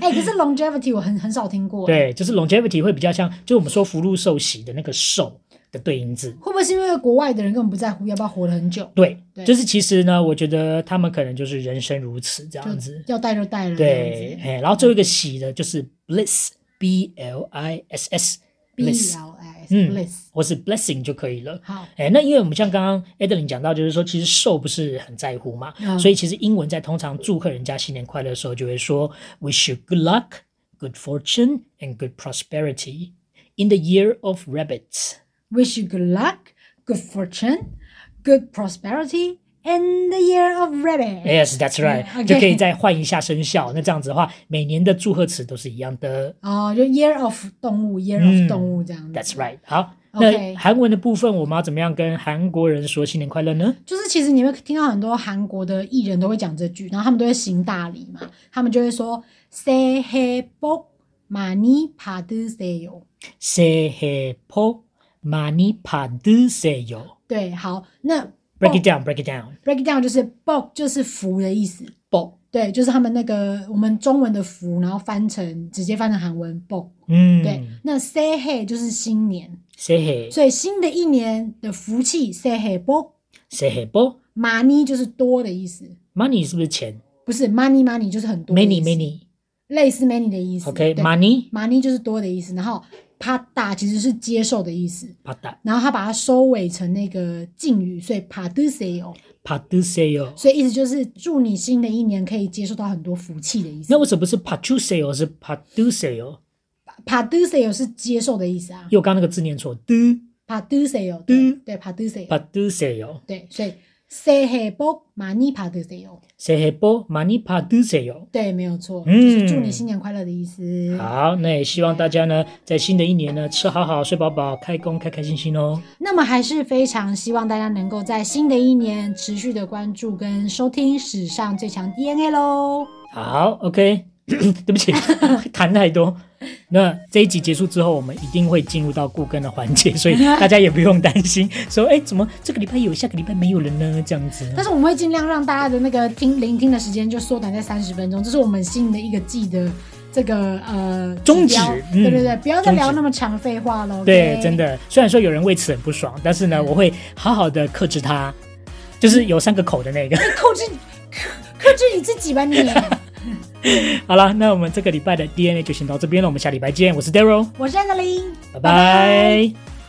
S1: 哎，可是 longevity 我很很少听过。。
S2: 对，就是 longevity 会比较像，就是我们说福禄寿喜的那个寿的对应字。
S1: 会不会是因为国外的人根本不在乎要不要活得很久，
S2: 对，
S1: 对
S2: 就是其实呢，我觉得他们可能就是人生如此这样
S1: 就
S2: 子。
S1: 要带就带嗯了这
S2: 对，
S1: 样子
S2: 哎、然后最后一个喜的就是 bliss，b l i s
S1: ？B 啊
S2: s，bliss，
S1: L I S
S2: 嗯
S1: bliss。
S2: 或是 blessing 就可以了。
S1: 好，
S2: 哎，那因为我们像刚刚 a d e l i n 讲到，就是说其实寿不是很在乎嘛，
S1: 嗯
S2: 所以其实英文在通常祝贺人家新年快乐的时候，就会说 Wish you good luck, good fortune, and good prosperity in the year of rabbits。
S1: Wish you good luck, good fortune, good prosperity, and the year of rabbit.
S2: Yes, that's right，、
S1: 嗯，OK
S2: 就可以再换一下生肖。那这样子的话，每年的祝贺词都是一样的。
S1: 哦，就 year of 动物，year
S2: 嗯
S1: of 动物这样子。
S2: That's right。好，那
S1: OK
S2: 韩文的部分，我们要怎么样跟韩国人说新年快乐呢？
S1: 就是其实你会听到很多韩国的艺人都会讲这句，然后他们都会行大礼嘛，他们就会说새해복많이받으세요。
S2: 새해복많이받으세요。
S1: 对，好，那
S2: Break it down, break it down.
S1: break it down 就是 bok 就是福的意思，
S2: 복，
S1: 对，就是他们那个我们中文的福，然后翻成直接翻成韩文 bok。
S2: 嗯，
S1: 对，那새해就是新年，
S2: 새해
S1: 所以新的一年的福气새해복，
S2: 새해복
S1: 많이就是多的意思，
S2: money 是不是钱
S1: 不是 money money 就是很多的意
S2: ？many
S1: 思
S2: many
S1: 类似 many 的意思。
S2: OK
S1: 对
S2: money
S1: money 就是多的意思，然后 pada 其实是接受的意思，
S2: 받다
S1: 然后他把它收尾成那个敬语，所以 paduseo，
S2: 받으세요。
S1: 所以意思就是祝你新的一年可以接受到很多福气的意思
S2: 那。为什么不是 받으세요 是받으세yo？
S1: paduseo 是接受的意思啊
S2: 因为我刚刚那个字念错，d
S1: ，paduseo 对
S2: 嗯
S1: 对 paduseo
S2: 받으세요。
S1: 对，所以 say hey bo money paduseo。
S2: 새해 복 많이 받으세요。
S1: 对，没有错，
S2: 嗯
S1: 就是祝你新年快乐的意思。
S2: 好，那也希望大家呢，在新的一年呢，吃好好，睡饱饱，开工开开心心哦。
S1: 那么还是非常希望大家能够在新的一年持续的关注跟收听史上最强 DNA 喽。
S2: 好，OK，对不 起，谈太多。那这一集结束之后，我们一定会进入到顾根的环节， 所以大家也不用担心说，哎，怎么这个礼拜有，下个礼拜没有了呢？这样子。
S1: 但是我们会尽量让大家的那个听聆听的时间就缩短在三十分钟，这是我们新的一个季的这个呃
S2: 宗旨
S1: 指标
S2: 嗯
S1: 对对对，不要再聊
S2: 宗旨
S1: 那么长废话喽。
S2: 对，嗯
S1: OK？
S2: 真的，虽然说有人为此很不爽，但是呢，我会好好的克制它，就是有三个口的那 个。
S1: 克制克制你自己 吧你。
S2: 好了，那我们这个礼拜的 DNA 就先到这边了，我们下礼拜见，我是 Daryl，
S1: 我是 Angeline，
S2: 拜拜